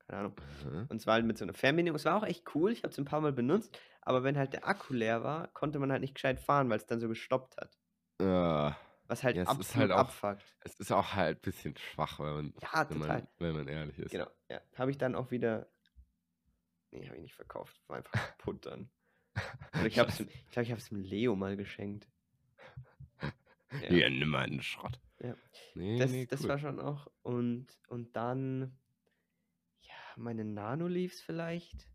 Keine Ahnung. Aha. Und es war halt mit so einer Fernbedienung. Es war auch echt cool. Ich habe es ein paar Mal benutzt. Aber wenn halt der Akku leer war, konnte man halt nicht gescheit fahren, weil es dann so gestoppt hat. Ja, Was halt Ja, es ist absolut halt auch- abfuckt. es ist auch halt ein bisschen schwach, wenn man, Ja, wenn total. man, wenn man ehrlich ist. Genau. Ja. Habe ich dann auch wieder. Nee, habe ich nicht verkauft. War einfach kaputt dann. Oder ich habe es Scheiße. ich glaub, ich hab's dem Leo mal geschenkt. Ja. Ja, nimm mal einen Schrott. Ja. Nee, Das, nee, das cool. war schon auch. Und, und dann, ja, meine Nanoleafs vielleicht.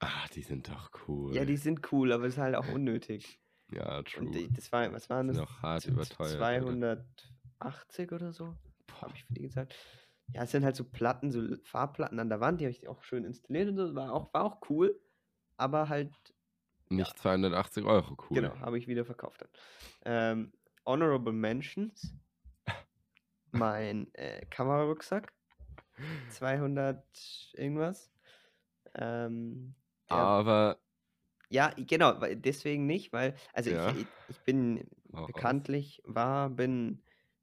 Ah, die sind doch cool. Ja, die sind cool, aber ist halt auch unnötig. ja true. Und die, das war, was waren sind das? auch hart Zu- zu überteuert. Alter. 280 oder so, Boah, habe ich für die gesagt. Ja, es sind halt so Platten, so Farbplatten an der Wand, die habe ich auch schön installiert und so. War auch, war auch cool, aber halt, nicht 280 Euro, cool. genau, habe ich wieder verkauft dann. Ähm, Honorable Mentions. Mein äh, Kamerarucksack. 200 irgendwas. Ähm, der, Aber Ja, i- genau, weil- deswegen nicht, weil, also Ja. ich, ich, ich bin Hau raus. bekanntlich, war, bin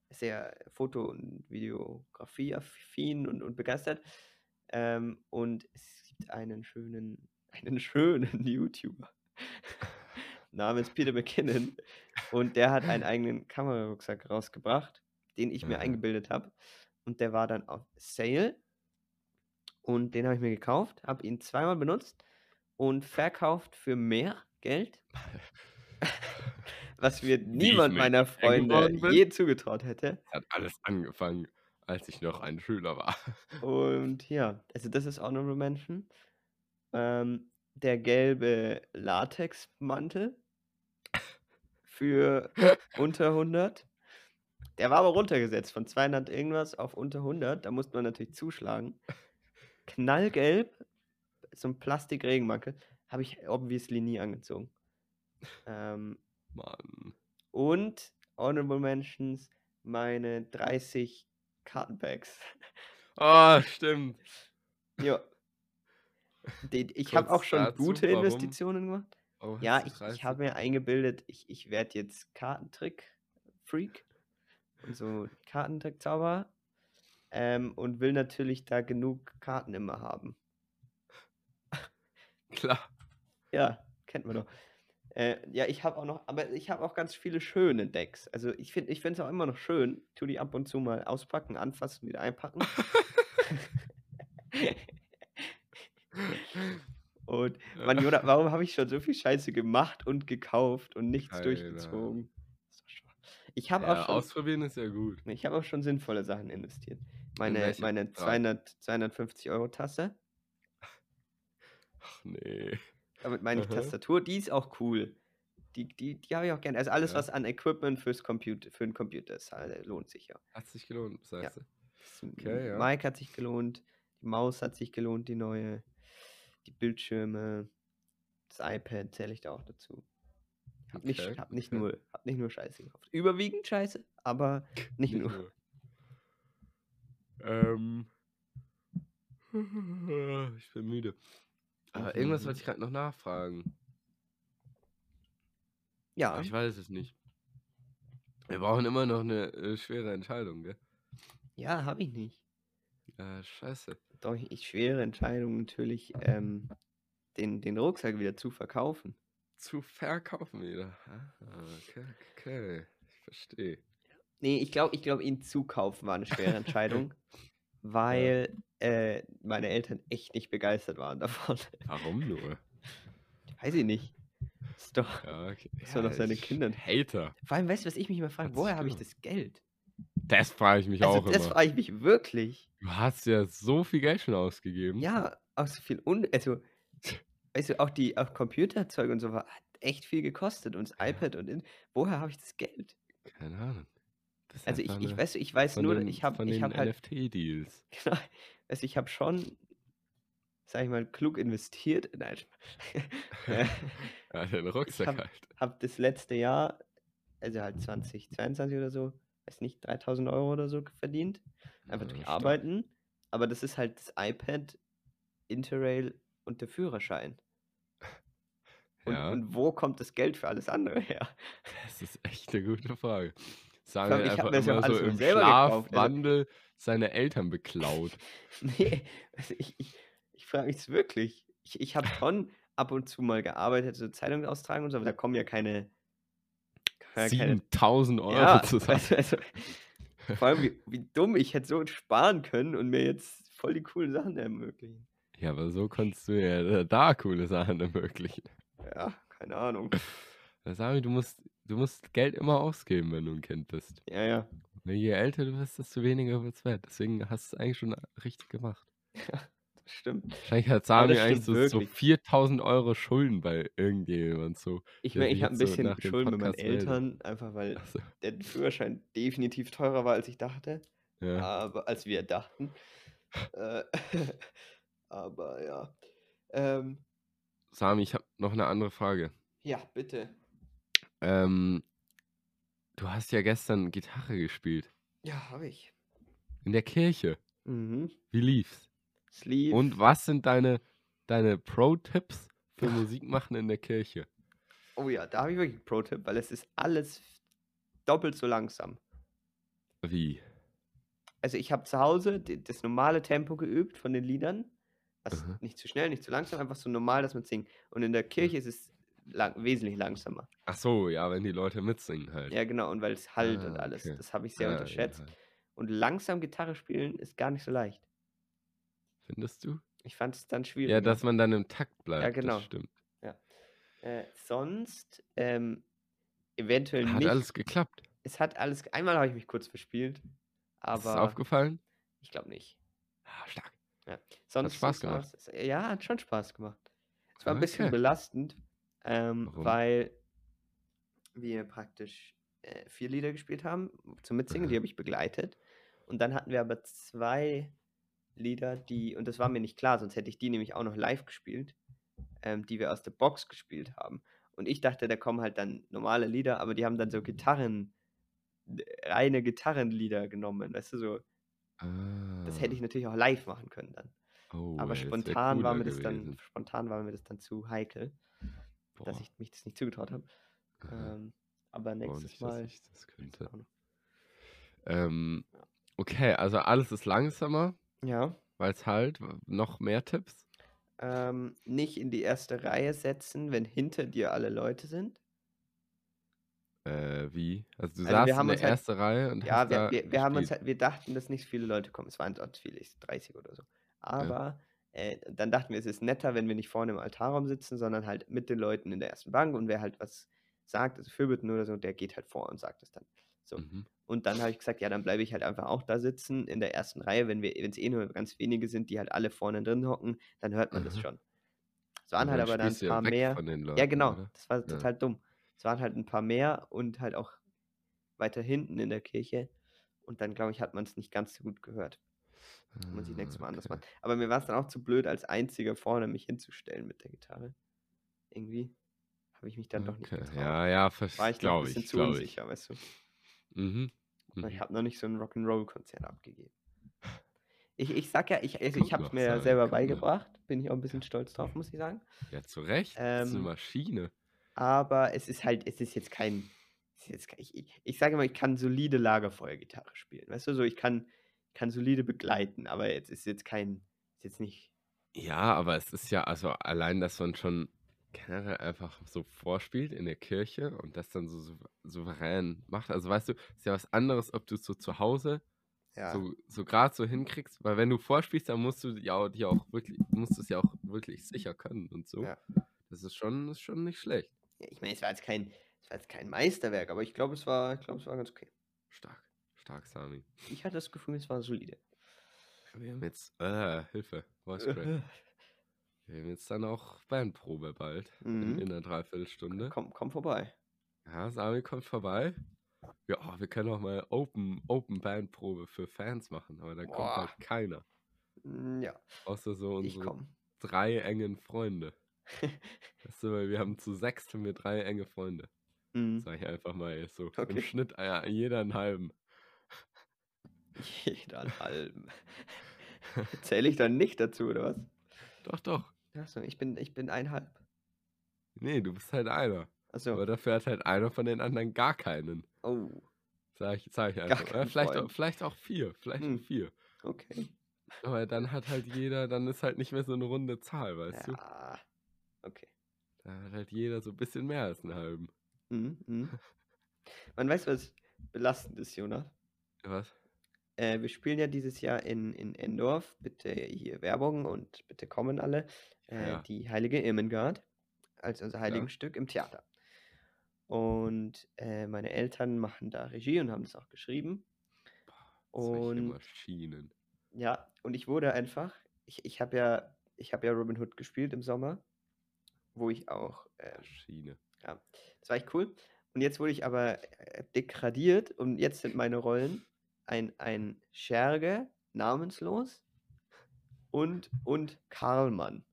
sehr Foto- und Videografie-affin und, und begeistert. Ähm, und es gibt einen schönen, einen schönen YouTuber namens Peter McKinnon und der hat einen eigenen Kamerarucksack rausgebracht, den ich mir Aha. eingebildet habe. Und der war dann auf Sale. Und den habe ich mir gekauft, habe ihn zweimal benutzt und verkauft für mehr Geld, was mir ich niemand mir meiner Freunde geworden bin. je zugetraut hätte. hat alles angefangen, als ich noch ein Schüler war. Und ja, also das ist Honorable Mention. Ähm, der gelbe Latexmantel für unter 100. Der war aber runtergesetzt von 200 irgendwas auf unter 100. Da musste man natürlich zuschlagen. Knallgelb, so ein Plastikregenmantel, habe ich obviously nie angezogen. Ähm, Mann. und Honorable Mentions, meine 30 Kartenpacks. Oh, stimmt. Ja. Den, ich habe auch Kurz schon dazu, gute warum? Investitionen gemacht. Oh, hast Ja, du ich, 30? ich habe mir eingebildet, ich, ich werde jetzt Kartentrick-Freak und so Kartentrick-Zauberer ähm, und will natürlich da genug Karten immer haben. Klar. Ja, kennt man doch. Äh, ja, ich habe auch noch, aber ich habe auch ganz viele schöne Decks. Also ich finde ich es auch immer noch schön. Tu die ab und zu mal auspacken, anfassen, wieder einpacken. und Mann, Joda, warum habe ich schon so viel Scheiße gemacht und gekauft und nichts Alter. durchgezogen? Ist doch schwach. Ich habe ja, auch, schon- ausprobieren ist ja gut. ich hab auch schon sinnvolle Sachen investiert. Meine, welche? meine Drei. 200, 250 Euro Tasse, Ach nee. damit meine ich Aha. Tastatur, die ist auch cool. Die, die, die habe ich auch gerne. Also alles, Ja. was an Equipment fürs Computer, für den Computer ist, halt, lohnt sich ja. Hat sich gelohnt, sagst du. Das M- Okay, ja. Mic hat sich gelohnt, die Maus hat sich gelohnt, die neue, die Bildschirme, Das iPad zähle ich da auch dazu. Hab nicht, Okay, hab nicht, okay. nur, hab nicht nur Scheiße gekauft. Überwiegend Scheiße, aber nicht Nicht nur. nur. Ähm. Ich bin müde. Mhm. Aber irgendwas wollte ich gerade noch nachfragen. Ja, Ah. Aber ich weiß es nicht. Wir brauchen immer noch eine äh, schwere Entscheidung, gell? ja, habe ich nicht. Äh, scheiße. Doch, ich schwere Entscheidung natürlich, ähm, den, den Rucksack wieder zu verkaufen. Zu verkaufen wieder. Ah, okay, okay. Ich verstehe. Nee, ich glaube, ich glaube, ihn zu kaufen war eine schwere Entscheidung, weil äh, meine Eltern echt nicht begeistert waren davon. Warum nur? Weiß ich nicht. Ist doch. Ja, Ah, okay. Das war doch seine ich- Kinder. Hater. Vor allem, weißt du, was ich mich immer frage? Hat Woher sich habe ich gelohnt. das Geld? Das frage ich mich also, auch das immer. frage ich mich wirklich. Du hast ja so viel Geld schon ausgegeben. Ja, auch so viel. Un also, weißt du, auch die auch Computerzeug und so war, hat echt viel gekostet. Und das iPad und. In woher habe ich das Geld? Keine Ahnung. Das ist Also, ich, einfach ich eine- weiß, ich weiß von nur, den- ich habe von ich den hab halt NFT-Deals. Genau. Also ich habe schon, sag ich mal, klug investiert. Nein, Äh, Ja, den Rucksack hab- halt. habe das letzte Jahr, also halt 2022 oder so, weiß nicht, 3000 Euro oder so verdient. Einfach Ja, durch Mhm, stark. Arbeiten. Aber das ist halt das iPad, Interrail und der Führerschein. Und, Ja, und wo kommt das Geld für alles andere her? das ist echt eine gute Frage. Sagen allem, wir ich hab einfach mir das ja immer alles so immer im selber gekauft, also- Schlafwandel seine Eltern beklaut. Nee, also ich, ich, ich frage mich es wirklich. Ich, ich habe schon ab und zu mal gearbeitet, so Zeitung austragen und so, aber da kommen ja keine, kommen ja keine 7000 Euro Ja, zusammen. also, also, vor allem, wie, wie dumm, ich hätte so sparen können und mir jetzt voll die coolen Sachen ermöglichen. Ja, aber so konntest du ja da- da coole Sachen ermöglichen. Ja, keine Ahnung. Da sag ich, du musst, du musst Geld immer ausgeben, wenn du ein Kind bist. Ja, ja. Und je älter du bist, desto weniger wird's wert. Deswegen hast du es eigentlich schon richtig gemacht. Das stimmt. Wahrscheinlich hat Sami das eigentlich stimmt so, so wirklich. 4000 Euro Schulden bei irgendjemand. So. Ich Ja, meine, wie ich habe ein jetzt so bisschen nach dem Schulden bei meinen Podcast redet. Eltern, einfach weil Also, der Führerschein definitiv teurer war, als ich dachte. ja. Aber, als wir dachten. Äh, aber ja. Ähm, Sami, ich habe noch eine andere Frage. ja, bitte. Ähm, du hast ja gestern Gitarre gespielt. Ja, habe ich. In der Kirche. Mhm. Wie lief's? Sleeve. Und was sind deine, deine Pro-Tipps für Musik machen in der Kirche? Oh ja, da habe ich wirklich einen Pro-Tipp, weil es ist alles doppelt so langsam. Wie? also ich habe zu Hause d- das normale Tempo geübt von den Liedern. Also Aha. Hm. nicht zu schnell, nicht zu langsam, einfach so normal, dass man singt. Und in der Kirche ist es lang, wesentlich langsamer. Ach so, ja, wenn die Leute mitsingen halt. Ja, genau, und weil es halt und Ah, alles. okay. Das habe ich sehr Ah, ja, unterschätzt. halt. Und langsam Gitarre spielen ist gar nicht so leicht. Findest du? Ich fand es dann schwierig. Ja, dass man dann im Takt bleibt. genau. Das stimmt. Äh, sonst ähm, eventuell Hat nicht. alles geklappt. es hat alles. Einmal habe ich mich kurz verspielt, Ist es aber aufgefallen? ich glaube nicht. Ah, stark. Sonst Spaß sonst war's- es- äh, Ja, hat schon Spaß gemacht. Es war ein bisschen Okay. belastend, ähm, Warum? weil wir praktisch äh, vier Lieder gespielt haben zum Mitsingen, die Aha. habe ich begleitet. Und dann hatten wir aber zwei Lieder, die, und das war mir nicht klar, sonst hätte ich die nämlich auch noch live gespielt, ähm, die wir aus der Box gespielt haben. Und ich dachte, da kommen halt dann normale Lieder, aber die haben dann so Gitarren, äh, reine Gitarrenlieder genommen, weißt du, so. Das hätte ich natürlich auch live machen können dann. Ah. Oh, Aber ey, das wär spontan war cooler mir das dann gewesen. spontan war mir das dann zu heikel, dass Boah, ich mich das nicht zugetraut habe. aha. Ähm, aber Boah, nächstes nicht, dass Mal. ich das könnte. auch noch. Ähm, okay, also alles ist langsamer, Ja. weil es halt w- noch mehr Tipps. Ähm, nicht in die erste Reihe setzen, wenn hinter dir alle Leute sind. Äh, wie? Also du Also wir saßt haben in der uns halt- ersten Reihe und Ja, hast wir, da wir, wir haben uns gespielt. halt, wir dachten, dass nicht viele Leute kommen. Es waren dort viele, ich- 30 oder so. Aber äh, dann dachten wir, es ist netter, wenn wir nicht vorne im Altarraum sitzen, sondern halt mit den Leuten in der ersten Bank und wer halt was sagt, also Fürbitten oder so, der geht halt vor und sagt es dann. halt so. Mhm. Und dann habe ich gesagt, ja, dann bleibe ich halt einfach auch da sitzen in der ersten Reihe, wenn wir, wenn es eh nur ganz wenige sind, die halt alle vorne drin hocken, dann hört man das Aha. schon. Es waren Mhm. Und halt aber dann spielst ein du ja paar weg mehr. Von ne? den Leuten, Ja, genau. Oder? Das war total dumm. Es waren halt ein paar mehr und halt auch weiter hinten in der Kirche. Und dann, glaube ich, hat man es nicht ganz so gut gehört. Muss ich Ah, nächstes Mal anders machen. Aber mir war es dann auch zu blöd, als einziger vorne mich hinzustellen mit der Gitarre. irgendwie habe ich mich dann doch nicht Okay. getraut. Ja, ja, vers- War ich noch ein glaube bisschen ich, zu glaube ich. unsicher, weißt du. Mhm. Aber Mhm. Ich habe noch nicht so ein Rock'n'Roll-Konzert abgegeben. Ich, ich sag ja, ich, also Kommt ich habe noch, es mir ja Sarah, selber kommt noch. beigebracht. Bin ich auch ein bisschen stolz drauf, Mhm. muss ich sagen. Ja, zu Recht. das ist eine Ähm, Maschine. Aber es ist halt, es ist jetzt kein. es Ist jetzt, ke- ich, ich, ich sage immer, ich kann solide Lagerfeuergitarre spielen. Weißt du, so ich kann, kann solide begleiten, aber jetzt ist jetzt kein. Ist jetzt nicht. Ja, aber es ist ja, also allein, dass man schon generell einfach so vorspielt in der Kirche und das dann so sou- souverän macht. Also weißt du, ist ja was anderes, ob du es so zu Hause Ja. so, so gerade so hinkriegst, weil wenn du vorspielst, dann musst du ja auch, dir auch wirklich, musst du es ja auch wirklich sicher können und so. Ja. Das ist schon, ist schon nicht schlecht. Ja, Ich meine, es war jetzt kein, es war jetzt kein Meisterwerk, aber ich glaube, es war, ich glaube, es war ganz okay. Stark, stark, Sami. Ich hatte das Gefühl, es war solide. Wir haben jetzt, äh, Hilfe, Voice Crack. Wir haben jetzt dann auch Bandprobe bald in, Mhm. in einer Dreiviertelstunde. Komm, komm vorbei. Ja, Sami kommt vorbei. Ja, oh, wir können auch mal Open, Open Band Probe für Fans machen, aber da kommt Boah. halt keiner. Mm, Ja, Außer so ich unsere komme. drei engen Freunde. Weißt du, weil wir haben zu sechs haben wir drei enge Freunde. Mm. Sag ich einfach mal jetzt so. Im Mhm. Okay. Schnitt ah ja, jeder einen halben. Jeder einen halben. Zähle ich dann nicht dazu, oder was? Doch, doch. Achso, ich bin, ich bin einhalb. Nee, du bist halt einer. Achso, Aber dafür hat halt einer von den anderen gar keinen. oh, Sag ich, sag ich Gar einfach. Ja, keinen vielleicht, auch, Freund. vielleicht auch vier. Vielleicht auch Hm. vier. okay. Aber dann hat halt jeder, dann ist halt nicht mehr so eine runde Zahl, weißt du? Ja, okay. Da hat halt jeder so ein bisschen mehr als einen halben. Mhm, mhm. Man weiß, was belastend ist, Jonas. Was? Äh, wir spielen ja dieses Jahr in, in Endorf. Bitte hier Werbung und bitte kommen alle. Äh, Ja. Die Heilige Irmengard als unser Heiligenstück im Theater. Und äh, meine Eltern machen da Regie und haben das auch geschrieben. Solche Und Maschinen. ja, und ich wurde einfach, ich, ich habe ja, ich habe ja Robin Hood gespielt im Sommer, wo ich auch, äh, Maschine. ja, das war echt cool. Und jetzt wurde ich aber äh, degradiert und jetzt sind meine Rollen ein, ein Scherge, namenslos und, und Karlmann.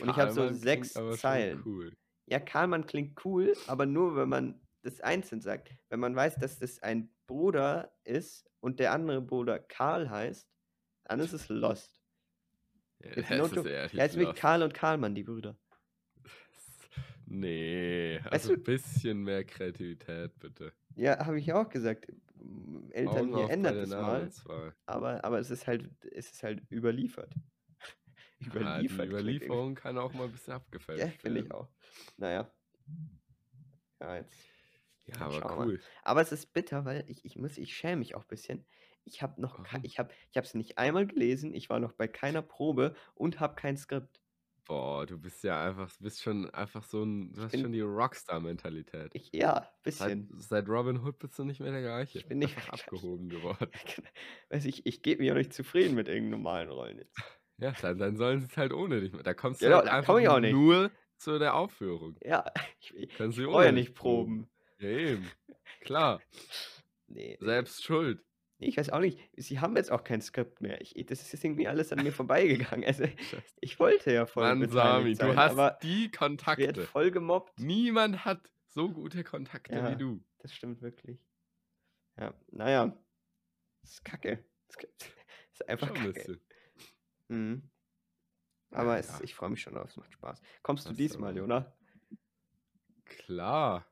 Und ich hab so Karlmann klingt sechs aber schon Zeilen. Cool. Ja, Karlmann klingt cool, aber nur, wenn man das einzeln sagt. Wenn man weiß, dass das ein Bruder ist und der andere Bruder Karl heißt, dann ist es lost. Ja, It's das no ist joke. ehrlich Ja, es wird lost. Karl und Karlmann, die Brüder. Nee, Weißt also du- ein bisschen mehr Kreativität bitte. Ja, habe ich auch gesagt. M- Eltern, Augen auf ihr bei ändert der das mal, Namenswahl. aber, aber es ist halt, es ist halt überliefert. Ah, die klingt irgendwie- Überlieferung kann auch mal ein bisschen abgefälscht Ja, finde ich werden. auch. Naja. Ja, jetzt. Ja, Dann schauen wir aber mal. cool. Aber es ist bitter, weil ich, ich muss, ich schäme mich auch ein bisschen. Ich habe noch, ke- Warum? ich habe, ich habe es nicht einmal gelesen. Ich war noch bei keiner Probe und habe kein Skript. Boah, du bist ja einfach, bist schon einfach so ein, du hast bin- schon die Rockstar-Mentalität. Ich, ja, Seit, bisschen. seit Robin Hood bist du nicht mehr der gleiche. Ich bin nicht Einfach mehr der gleiche. abgehoben geworden. Weiß ich, ich gebe mich auch nicht zufrieden mit irgendeinen normalen Rollen jetzt. Ja, dann, dann sollen sie es halt ohne dich. ma- Da kommst du Genau, halt da einfach komm ich auch nicht. nur zu der Aufführung. Ja, ich, ich Können sie brauche ja ohne dich nicht proben. Ja, eben. Klar, Nee, nee, selbst schuld. nee, Ne, ich weiß auch nicht. Sie haben jetzt auch kein Skript mehr. Ich, ich- das ist jetzt irgendwie alles an mir vorbeigegangen. Also, ich wollte ja voll Mann, beteiligt Sami, sein, du hast aber die ich werd Kontakte. voll gemobbt. Niemand hat so gute Kontakte Ja. wie du. Das stimmt wirklich. Ja, naja. Das ist kacke. Das k- das ist einfach Schon ein kacke. bisschen. Mhm. Ja, Aber es, ja. ich freue mich schon drauf, es macht Spaß. Kommst du Das diesmal, aber- Jona? Klar.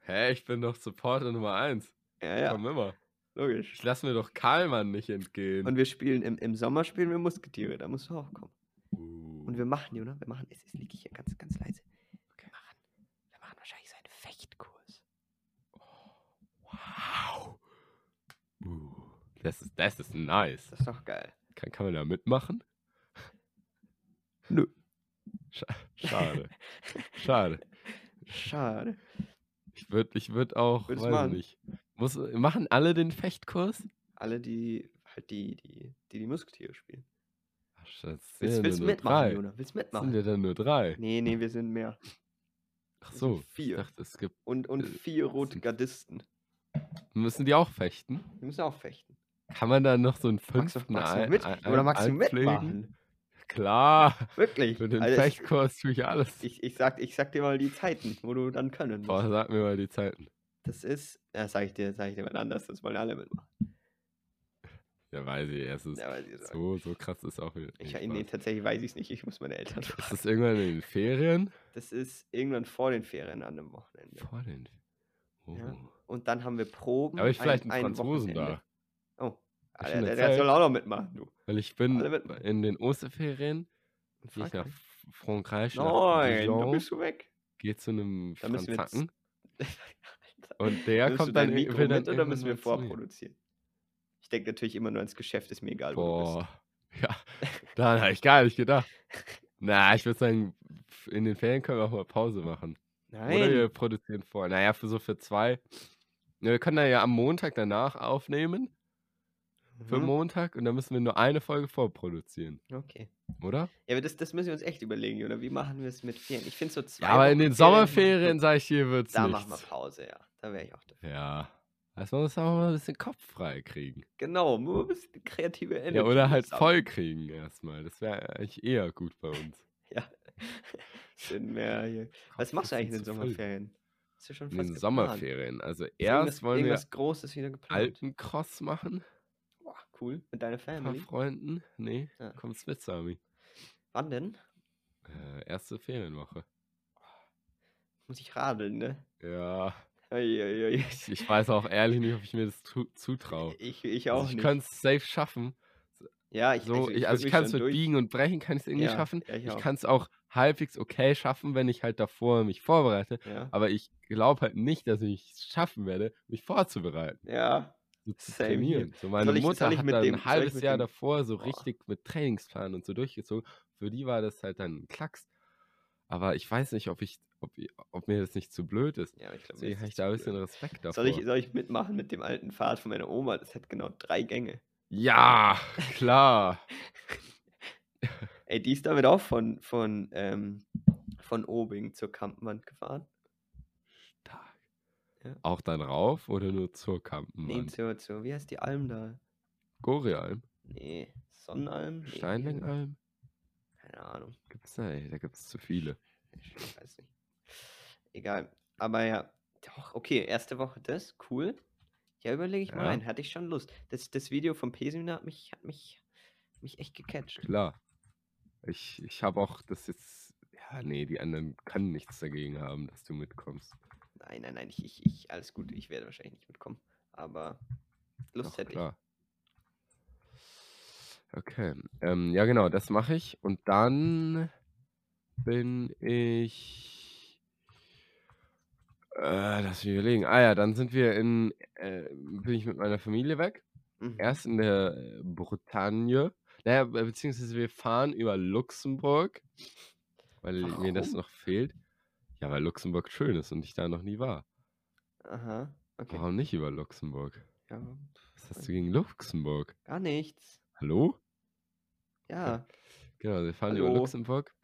Hä, ich bin doch Supporter Nummer 1. Ja, ja, Komm immer. logisch. Ich lass mir doch Karlmann nicht entgehen. Und wir spielen im, im Sommer spielen wir Musketiere, da musst du auch kommen. Uh, Und wir machen, Jona, wir machen, es ist liegt hier ganz, ganz leise. Wir machen, wir machen wahrscheinlich so einen Fechtkurs. wow. Uh, das, ist, das ist nice. Das ist doch geil. Kann, kann man da mitmachen? Nö. Scha schade. schade. Schade. Ich würde ich würd auch, Würdest weiß machen? nicht. Muss, machen alle den Fechtkurs? Alle, die halt die, die, die, die Musketiere spielen. Ach, Schatz, sind Willst, ja willst du nur drei. mitmachen, Jona? Willst du Sind mitmachen? ja dann nur drei. Nee, nee, wir sind mehr. Ach sind so. Ich vier. dachte, es gibt. Und, und Äh, vier rote sind- Gardisten. Müssen die auch fechten? Die müssen auch fechten. Kann man da noch so einen Magst du, fünften magst du ein- mit? ein- Oder magst du einpflegen? mitmachen? Klar, Wirklich. für den Also ich, Fechtkurs tue ich alles. ich, ich, sag, ich sag dir mal die Zeiten, wo du dann können musst. Boah, sag mir mal die Zeiten. Das ist, ja, sag ich dir, sag ich dir mal anders, das wollen alle mitmachen. Ja, weiß ich, es ist Ja, weiß ich, so. so, so krass ist auch wieder. ich, nicht nee, Spaß. tatsächlich weiß ich es nicht, ich muss meine Eltern Ist fragen. das irgendwann in den Ferien? Das ist irgendwann vor den Ferien an einem Wochenende. Vor den oh. Ja. Und dann haben wir Proben. Aber ich vielleicht einen ein Franzosen Wochenende. Oh, da. Hab ich Alter, schon der, der erzählt? soll auch noch mitmachen, du. Weil ich bin Alle mitmachen. in den Osterferien, In gehe ich nach Frankreich. F- Frankreich, nach Nein, da Dijon, bist du weg. gehe zu einem Da müssen wir jetzt- Franzaken Alter. und der Nimmst du kommt dein dann, Mikro will dann mit oder irgendwann müssen wir mal zu mir. vorproduzieren? Ich denke natürlich immer nur ans Geschäft, ist mir egal, wo Boah, ja, daran habe ich gar nicht gedacht. Na, ich würde sagen, in den Ferien können wir auch mal Pause machen. du bist. Oder wir Nein. produzieren vorher. Naja, für so für zwei. Ja, wir können da ja am Montag danach aufnehmen, für Mhm. Montag, und dann müssen wir nur eine Folge vorproduzieren, Okay. oder? Ja, aber das, das müssen wir uns echt überlegen, oder? Wie machen wir es mit Ferien? Ich finde so zwei. Ja, aber in Wochen den Ferien machen Sommerferien, sage ich dir, wir- wird's Da machen wir nichts. Pause, ja. Da wäre ich auch dafür. Ja. Also man muss auch mal ein bisschen Kopf frei kriegen. Genau, nur ein bisschen kreative Energie. Ja, oder halt sammeln. voll kriegen erstmal. Das wäre eigentlich eher gut bei uns. Ja. Sind mehr hier. Was Kopf machst du ein eigentlich in den bisschen Sommerferien? Hast du zu voll. schon In fast den geplant? Sommerferien. Also Ist irgendwas- erst wollen wir irgendwas Großes wieder geplant. Alpencross machen. Boah, cool. Mit deiner Ein paar Family. Freunden. Nee, Ah. kommst mit, Sami. Wann denn? Äh, erste Ferienwoche. Muss ich radeln, ne? Ja, Uiuiui. ich, ich weiß auch ehrlich nicht, ob ich mir das tu- zutraue. Ich, ich auch Also ich nicht. könnte es safe schaffen. ja, ich, So, ich, würd also ich mich kann es schon mit Biegen und Brechen kann ich es irgendwie Ja, schaffen. ja, ich ich auch. kann es auch halbwegs okay schaffen, wenn ich halt davor mich vorbereite. Ja. Aber ich glaube halt nicht, dass ich es schaffen werde, mich vorzubereiten, ja. so zu Same hier. trainieren. So meine Soll ich- Mutter soll ich hat mit dann dem- soll ein ich halbes mit Jahr dem- davor so Boah. richtig mit Trainingsplan und so durchgezogen. Für die war das halt dann ein Klacks. Aber ich weiß nicht, ob ich, ob, ich- ob mir das nicht zu blöd ist. Ja, aber ich glaube, Deswegen habe ich da ein bisschen Respekt davor. soll ich, soll ich mitmachen mit dem alten Fahrrad von meiner Oma? Das hat genau drei Gänge. ja, klar. Ey, die ist damit auch von, von, ähm, von Obing zur Kampenwand gefahren. Stark. Ja. Auch dann rauf oder nur zur Nee, Kampenwand? zur, zur, wie heißt die Alm da? Gorealm? Nee, Sonnenalm? Nee, Steinlengalm? Keine Ahnung. Gibt's da nicht, da gibt es zu viele. Ich weiß nicht. Egal. Aber ja, doch, okay, erste Woche das, cool. Ja, überlege ich mal Ja. ein. Hatte ich schon Lust. Das, das Video vom Pesina hat mich, hat mich, mich echt gecatcht. Klar. Ich, ich habe auch das jetzt. Ja, nee, die anderen können nichts dagegen haben, dass du mitkommst. Nein, nein, nein, ich, ich, ich alles gut. Ich werde wahrscheinlich nicht mitkommen. Aber Lust Doch, hätte klar. Okay. Ähm, ja, genau, das mache ich. Und dann bin ich. Äh, lass mich überlegen. Ah ja, dann sind wir in. Äh, bin ich mit meiner Familie weg. ich. Mhm. erst in der äh, Bretagne. Naja, be- beziehungsweise wir fahren über Luxemburg, weil mir das Warum? noch fehlt. Ja, weil Luxemburg schön ist und ich da noch nie war. Aha, okay. Warum nicht über Luxemburg? Ja, Was hast du gegen Luxemburg? gar nichts. Hallo? Ja, Genau, wir fahren über Hallo? Luxemburg,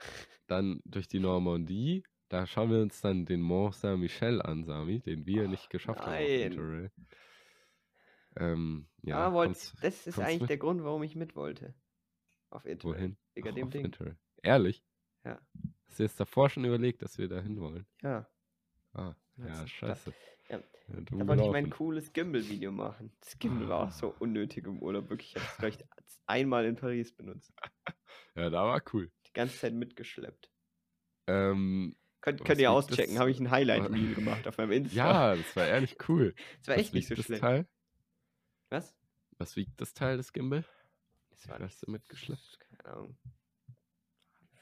dann durch die Normandie. Da schauen wir uns dann den Mont Saint-Michel an, Sami, den wir nicht geschafft haben. auf dem nein. Interrail. Ähm, ja, ja wollt, kommst- das ist kommst eigentlich mit? der Grund, warum ich mit wollte. Auf Internet. wohin? Wegen Ach, dem auf Ding. Interrail. Ehrlich? Ja. Hast du jetzt davor schon überlegt, dass wir da hin wollen? Ja. Ah, Ja, ja, das ist klar. scheiße. Ja, Ja, dumm Da wollte ich mein gelaufen. cooles Gimbal-Video machen. Das Gimbal war auch so Ah. unnötig im Urlaub. Wirklich, ich habe es vielleicht z- einmal in Paris benutzt. ja, da war cool. Die ganze Zeit mitgeschleppt. Ähm, Könnt, Was könnt ihr liegt auschecken, das- habe ich ein Highlight-Video gemacht auf meinem Insta. ja, das war ehrlich cool. das war Was echt nicht so wiegt das schlecht. Teil? Was? Was wiegt das Teil des Gimbal? Das war hast du mitgeschleppt? Keine Ahnung.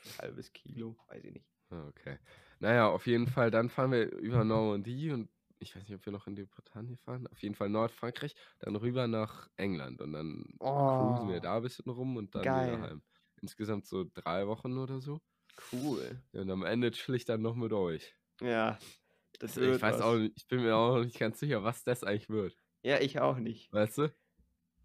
Ein halbes Kilo, weiß ich nicht. Ah, Okay. Naja, auf jeden Fall, dann fahren wir über Normandie und ich weiß nicht, ob wir noch in die Bretagne fahren. Auf jeden Fall Nordfrankreich, dann rüber nach England und dann Oh, cruisen wir da ein bisschen rum und dann geil. wieder heim. Insgesamt so drei Wochen oder so. Cool. Ja, Und am Ende chill ich dann noch mit euch. Ja. Das Also, ich wird weiß was. auch nicht, ich bin mir auch noch nicht ganz sicher, was das eigentlich wird. Ja, ich auch nicht. Weißt du?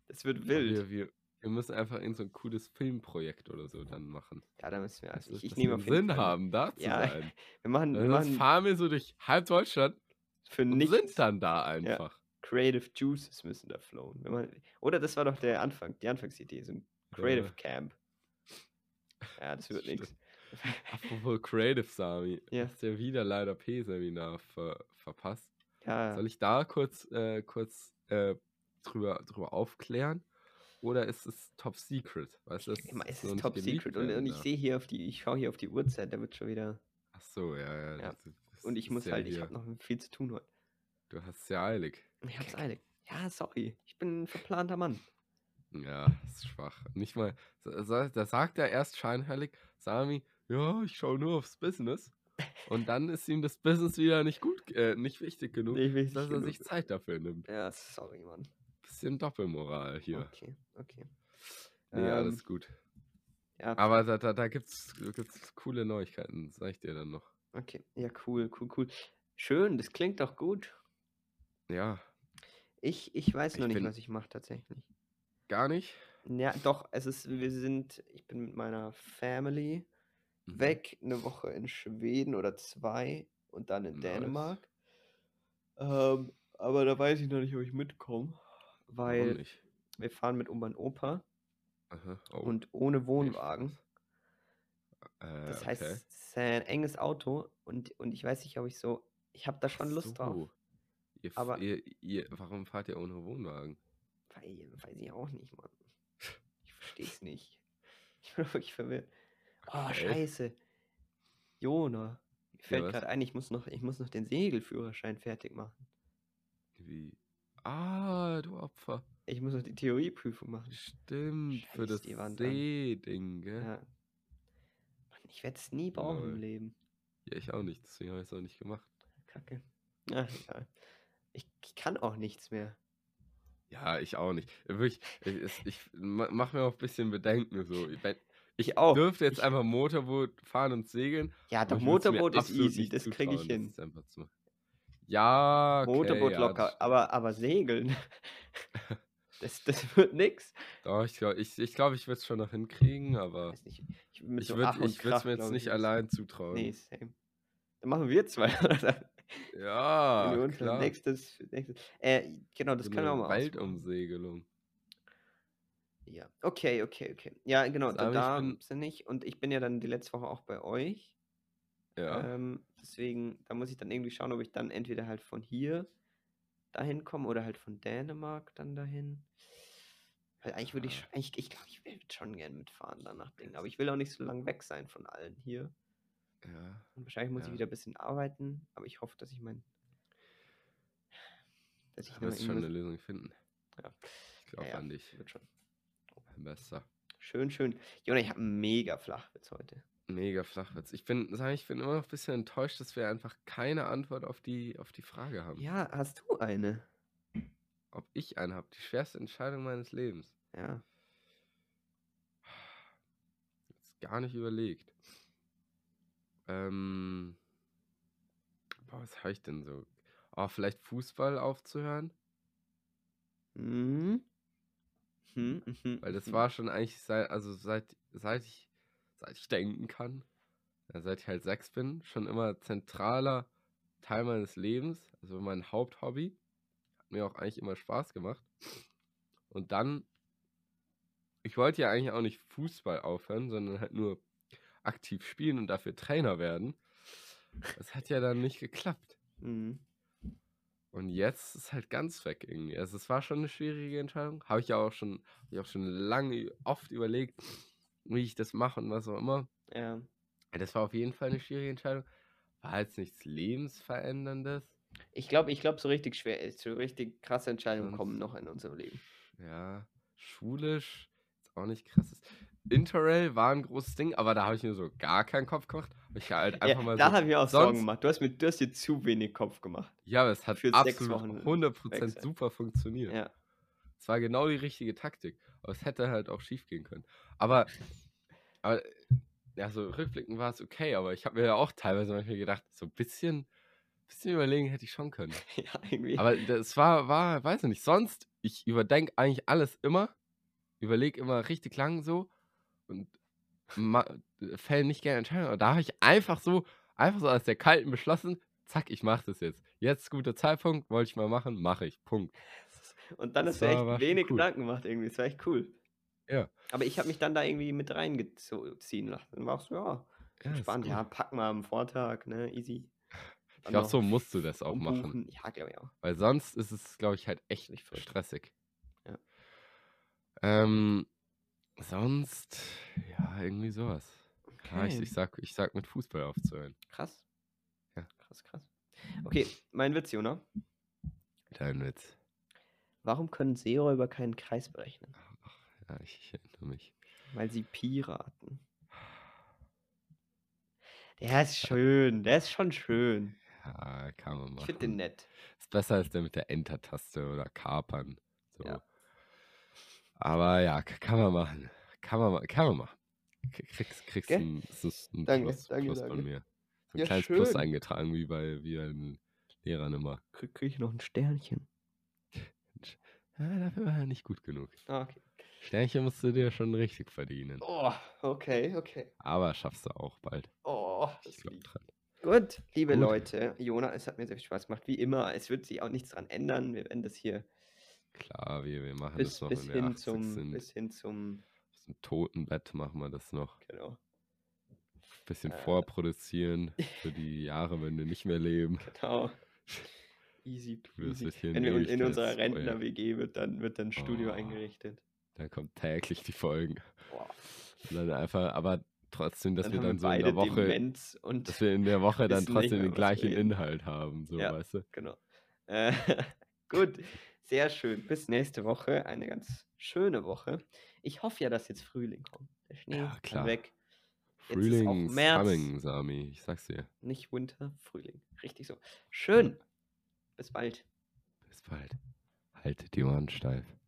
Das wird Ja, wild. Wir, wir, wir müssen einfach irgend so ein cooles Filmprojekt oder so dann machen. Ja, da müssen wir. Dass Also, wir- ich ich dass nehme wir auf einen jeden Sinn Fall. mit. haben, da zu Ja, sein. Wir machen, wir Weil Sonst machen fahren wir so durch halb Deutschland für und nichts. sind dann da einfach. Creative Juices müssen da Äh, flowen. Wenn man, oder das war doch der Anfang, die Anfangsidee, so ein Creative Ja. Camp. Ja, das wird nichts. Apropos Creative Sami. Ja. Hast ja wieder leider P-Seminar ver verpasst. Ja, Soll ich da kurz, äh, kurz äh, drüber, drüber aufklären? Oder ist es Top Secret? Weißt du, das immer ist so es nicht Top geleakt Secret. Und, werden und ich darf. sehe hier auf die, ich schaue hier auf die Uhrzeit, da wird schon wieder. Ach so, ja, ja. Ja. das ist- das Und ich ist muss ja halt, ich hier- habe noch viel zu tun heute. Du hast ja eilig. Ich hab's eilig. Ja, sorry. Ich bin ein verplanter Mann. Ja, ist schwach. Nicht mal. sa- sa- Da sagt er erst scheinheilig, Sami, ja, ich schaue nur aufs Business. Und dann ist ihm das Business wieder nicht gut, äh, nicht wichtig genug, Nee, ich will nicht dass er genug. sich Zeit dafür nimmt. Ja, sorry, Mann. Bisschen Doppelmoral hier. Okay, okay. Nee, alles Ähm, gut. ja, Aber da, da, da gibt's, gibt's coole Neuigkeiten, sag ich dir dann noch. okay. Ja, cool, cool, cool. Schön, das klingt doch gut. Ja, Ich, ich weiß Ich noch nicht, bin- was ich mache tatsächlich. gar nicht. Ja, doch, es ist, wir sind, ich bin mit meiner Family Mhm. weg, eine Woche in Schweden oder zwei und dann in Nice. Dänemark. Ähm, aber da weiß ich noch nicht, ob ich mitkomme. Warum Weil nicht? wir fahren mit Oma und Opa Aha. Oh, und ohne Wohnwagen. äh, Das heißt, es ist ein enges Auto und, und ich weiß nicht, ob ich so. Ich habe da schon Lust drauf. Ihr, f- Aber- ihr, ihr, warum fahrt ihr ohne Wohnwagen? Weil, weiß ich auch nicht, Mann. Ich verstehe es nicht. Ich bin wirklich verwirrt. Oh, Okay. scheiße. Jona. Mir fällt was? gerade ein, ich muss, noch, ich muss noch den Segelführerschein fertig machen. Wie? Ah, du Opfer. Ich muss noch die Theorieprüfung machen. Stimmt, für Scheiß das die Wand an. See-Ding, gell? Ja. Ja. Mann, ich werde es nie brauchen im Lol. Leben. ich auch nicht, deswegen habe ich es auch nicht gemacht. Kacke. Ach, egal. Ich, ich kann auch nichts mehr. Ja, ich auch nicht. Wirklich, ich, es- ich ma- mach mir auch ein bisschen Bedenken so. Ich, wenn- ich auch. dürfte jetzt Ich- einfach Motorboot fahren und segeln. Ja, aber doch ich würd's mir Motorboot ist absolut easy. nicht Das kriege ich zutrauen, das hin. jetzt einfach zu machen. Ja, okay, Motorboot ja, das locker, stimmt. aber, aber segeln. Das, das wird nix. Doch, ich glaube, ich, ich, glaub, ich würde es schon noch hinkriegen, aber Weiß nicht. Ich, mit ich so würde Ach und es Krach, mir jetzt glaub ich, nicht würd's- allein zutrauen. Nee, same. Dann machen wir zwei. oder? Wenn wir Ja, uns dann Ah, klar. Nächstes, nächstes. Äh, genau, das So können wir eine auch mal ausmachen. Waldumsegelung. Ja. Okay, okay, okay. Ja, genau, Sag da, ich, da bin- sind ich. Und ich bin ja dann die letzte Woche auch bei euch. Ja. Ähm, deswegen, da muss ich dann irgendwie schauen, ob ich dann entweder halt von hier dahin komme oder halt von Dänemark dann dahin. Weil eigentlich würde ich, Ah. sch- eigentlich, ich glaube, ich würde schon gern mitfahren danach Ding. Aber ich will auch nicht so lange weg sein von allen hier. ja. Und wahrscheinlich muss ich Ja. wieder ein bisschen arbeiten, aber ich hoffe, dass ich mein. Dass ich Du noch wirst schon eine irgendwas- Lösung finden. Ja. Ich glaube Ja, ja, an dich. wird schon. Besser. Schön, schön. Jona, ich habe mega Flachwitz heute. Mega Flachwitz. Ich bin, sag ich, ich bin immer noch ein bisschen enttäuscht, dass wir einfach keine Antwort auf die, auf die Frage haben. Ja, hast du eine? Ob ich einen habe. Die schwerste Entscheidung meines Lebens. Ja. Jetzt gar nicht überlegt. Ähm. Boah, was habe ich denn so? Oh, vielleicht Fußball aufzuhören? Mhm. Hm, mhm, Weil das mhm. war schon eigentlich seit, also seit, seit ich, seit ich denken kann, ja, seit ich halt sechs bin, schon immer zentraler Teil meines Lebens, also mein Haupthobby. Hat mir auch eigentlich immer Spaß gemacht. Und dann, ich wollte ja eigentlich auch nicht Fußball aufhören, sondern halt nur aktiv spielen und dafür Trainer werden. Das hat ja dann nicht geklappt. Mhm. Und jetzt ist halt ganz weg irgendwie. Also es war schon eine schwierige Entscheidung. Habe ich ja auch schon, hab ich auch schon lange ü- oft überlegt, wie ich das mache und was auch immer. Ja. Ja, Das war auf jeden Fall eine schwierige Entscheidung. War jetzt nichts Lebensveränderndes. Ich glaube, ich glaube, so richtig schwer ist. So richtig krasse Entscheidungen Sonst- kommen noch in unserem Leben. Ja, schulisch ist auch nicht krasses. Interrail war ein großes Ding, aber da habe ich mir so gar keinen Kopf gemacht. Hab Ich halt einfach Ja, mal da so, habe ich mir auch Sorgen sonst- gemacht. Du hast, mir, du hast dir zu wenig Kopf gemacht. ja, aber es hat für sechs absolut Wochen weg 100% sein. super funktioniert. Ja. Es war genau die richtige Taktik. Aber es hätte halt auch schief gehen können. Aber, aber äh, ja, so rückblickend war es okay, aber ich habe mir ja auch teilweise manchmal gedacht, so ein bisschen, bisschen überlegen hätte ich schon können. ja, irgendwie. Aber das war, war, weiß ich nicht, sonst, ich überdenke eigentlich alles immer, überlege immer richtig lang so und ma- fällt nicht gerne Entscheidungen. Aber da habe ich einfach so, einfach so aus der Kalten beschlossen, zack, ich mache das jetzt. Jetzt guter Zeitpunkt, wollte ich mal machen, mache ich. Punkt. Und dann Das hast du war- war echt schon wenig cool. Gedanken gemacht irgendwie. Das war echt cool. Ja. Aber ich habe mich dann da irgendwie mit reingezogen lassen. Dann war auch so, ja, Ja, ist entspannt, gut. ja, pack mal am Vortag, ne, easy. Ich glaube, so musst du das auch machen. machen. Ja, glaube ich auch. Weil sonst ist es, glaube ich, halt echt Nicht verrückt. stressig. Ja. Ähm, sonst, ja, irgendwie sowas. Ja, ich, Okay. ich, sag, ich sag mit Fußball aufzuhören. Krass. Ja. Krass, krass. Okay, mein Witz, Jona. Dein Witz. Warum können Seeräuber keinen Kreis berechnen? Ja, ich, ich erinnere mich. Weil sie Piraten. Der ist Äh. schön, der ist schon schön. Ja, kann man machen. Ich finde den nett. Ist besser als der mit der Enter-Taste oder Kapern. So. Ja. Aber ja, k- kann man machen. Kann man, ma- kann man machen. K- Kriegst, kriegst Gell? ein, so s- ein Danke, Plus, danke, Plus danke. von mir. So ein Ja, kleines Plus schön. eingetragen, wie bei, wie bei den Lehrern immer. Krieg, krieg ich noch ein Sternchen. Ja, Ah, dafür war er nicht gut genug. Ah, okay. Sternchen musst du dir schon richtig verdienen. Oh, okay, okay. Aber schaffst du auch bald. Oh, das Ich glaube lieb. dran. Gut, liebe Gut. Leute, Jona, es hat mir sehr viel Spaß gemacht, wie immer. Es wird sich auch nichts dran ändern. Wir werden das hier Klar, wir, wir machen bis, das noch bis, in der hin 80. zum, Zum, bis hin zum, Totenbett machen wir das noch. genau, bisschen Äh. vorproduzieren für die Jahre, wenn wir nicht mehr leben. genau. Easy wirst peasy. es hier Wenn wir in, in Ewigkeits- unserer oh ja. Rentner-WG wird, dann wird dann ein Studio Oh. eingerichtet. Dann kommt täglich die Folgen. Boah. Und dann einfach, aber trotzdem, dass Dann wir haben dann so in der Woche, Demenz und dass wir in der Woche dann wissen nicht trotzdem mehr, den was gleichen reden. Inhalt haben, so Ja. weißt du. Genau. Äh, gut, sehr schön. Bis nächste Woche. Eine ganz schöne Woche. Ich hoffe ja, dass jetzt Frühling kommt. Der Schnee Ja, kann klar. weg. Jetzt ist auch Frühlings März. coming, Sami. Ich sag's dir. Nicht Winter, Frühling. Richtig so. Schön. Bis bald. Bis bald. Haltet die Ohren steif.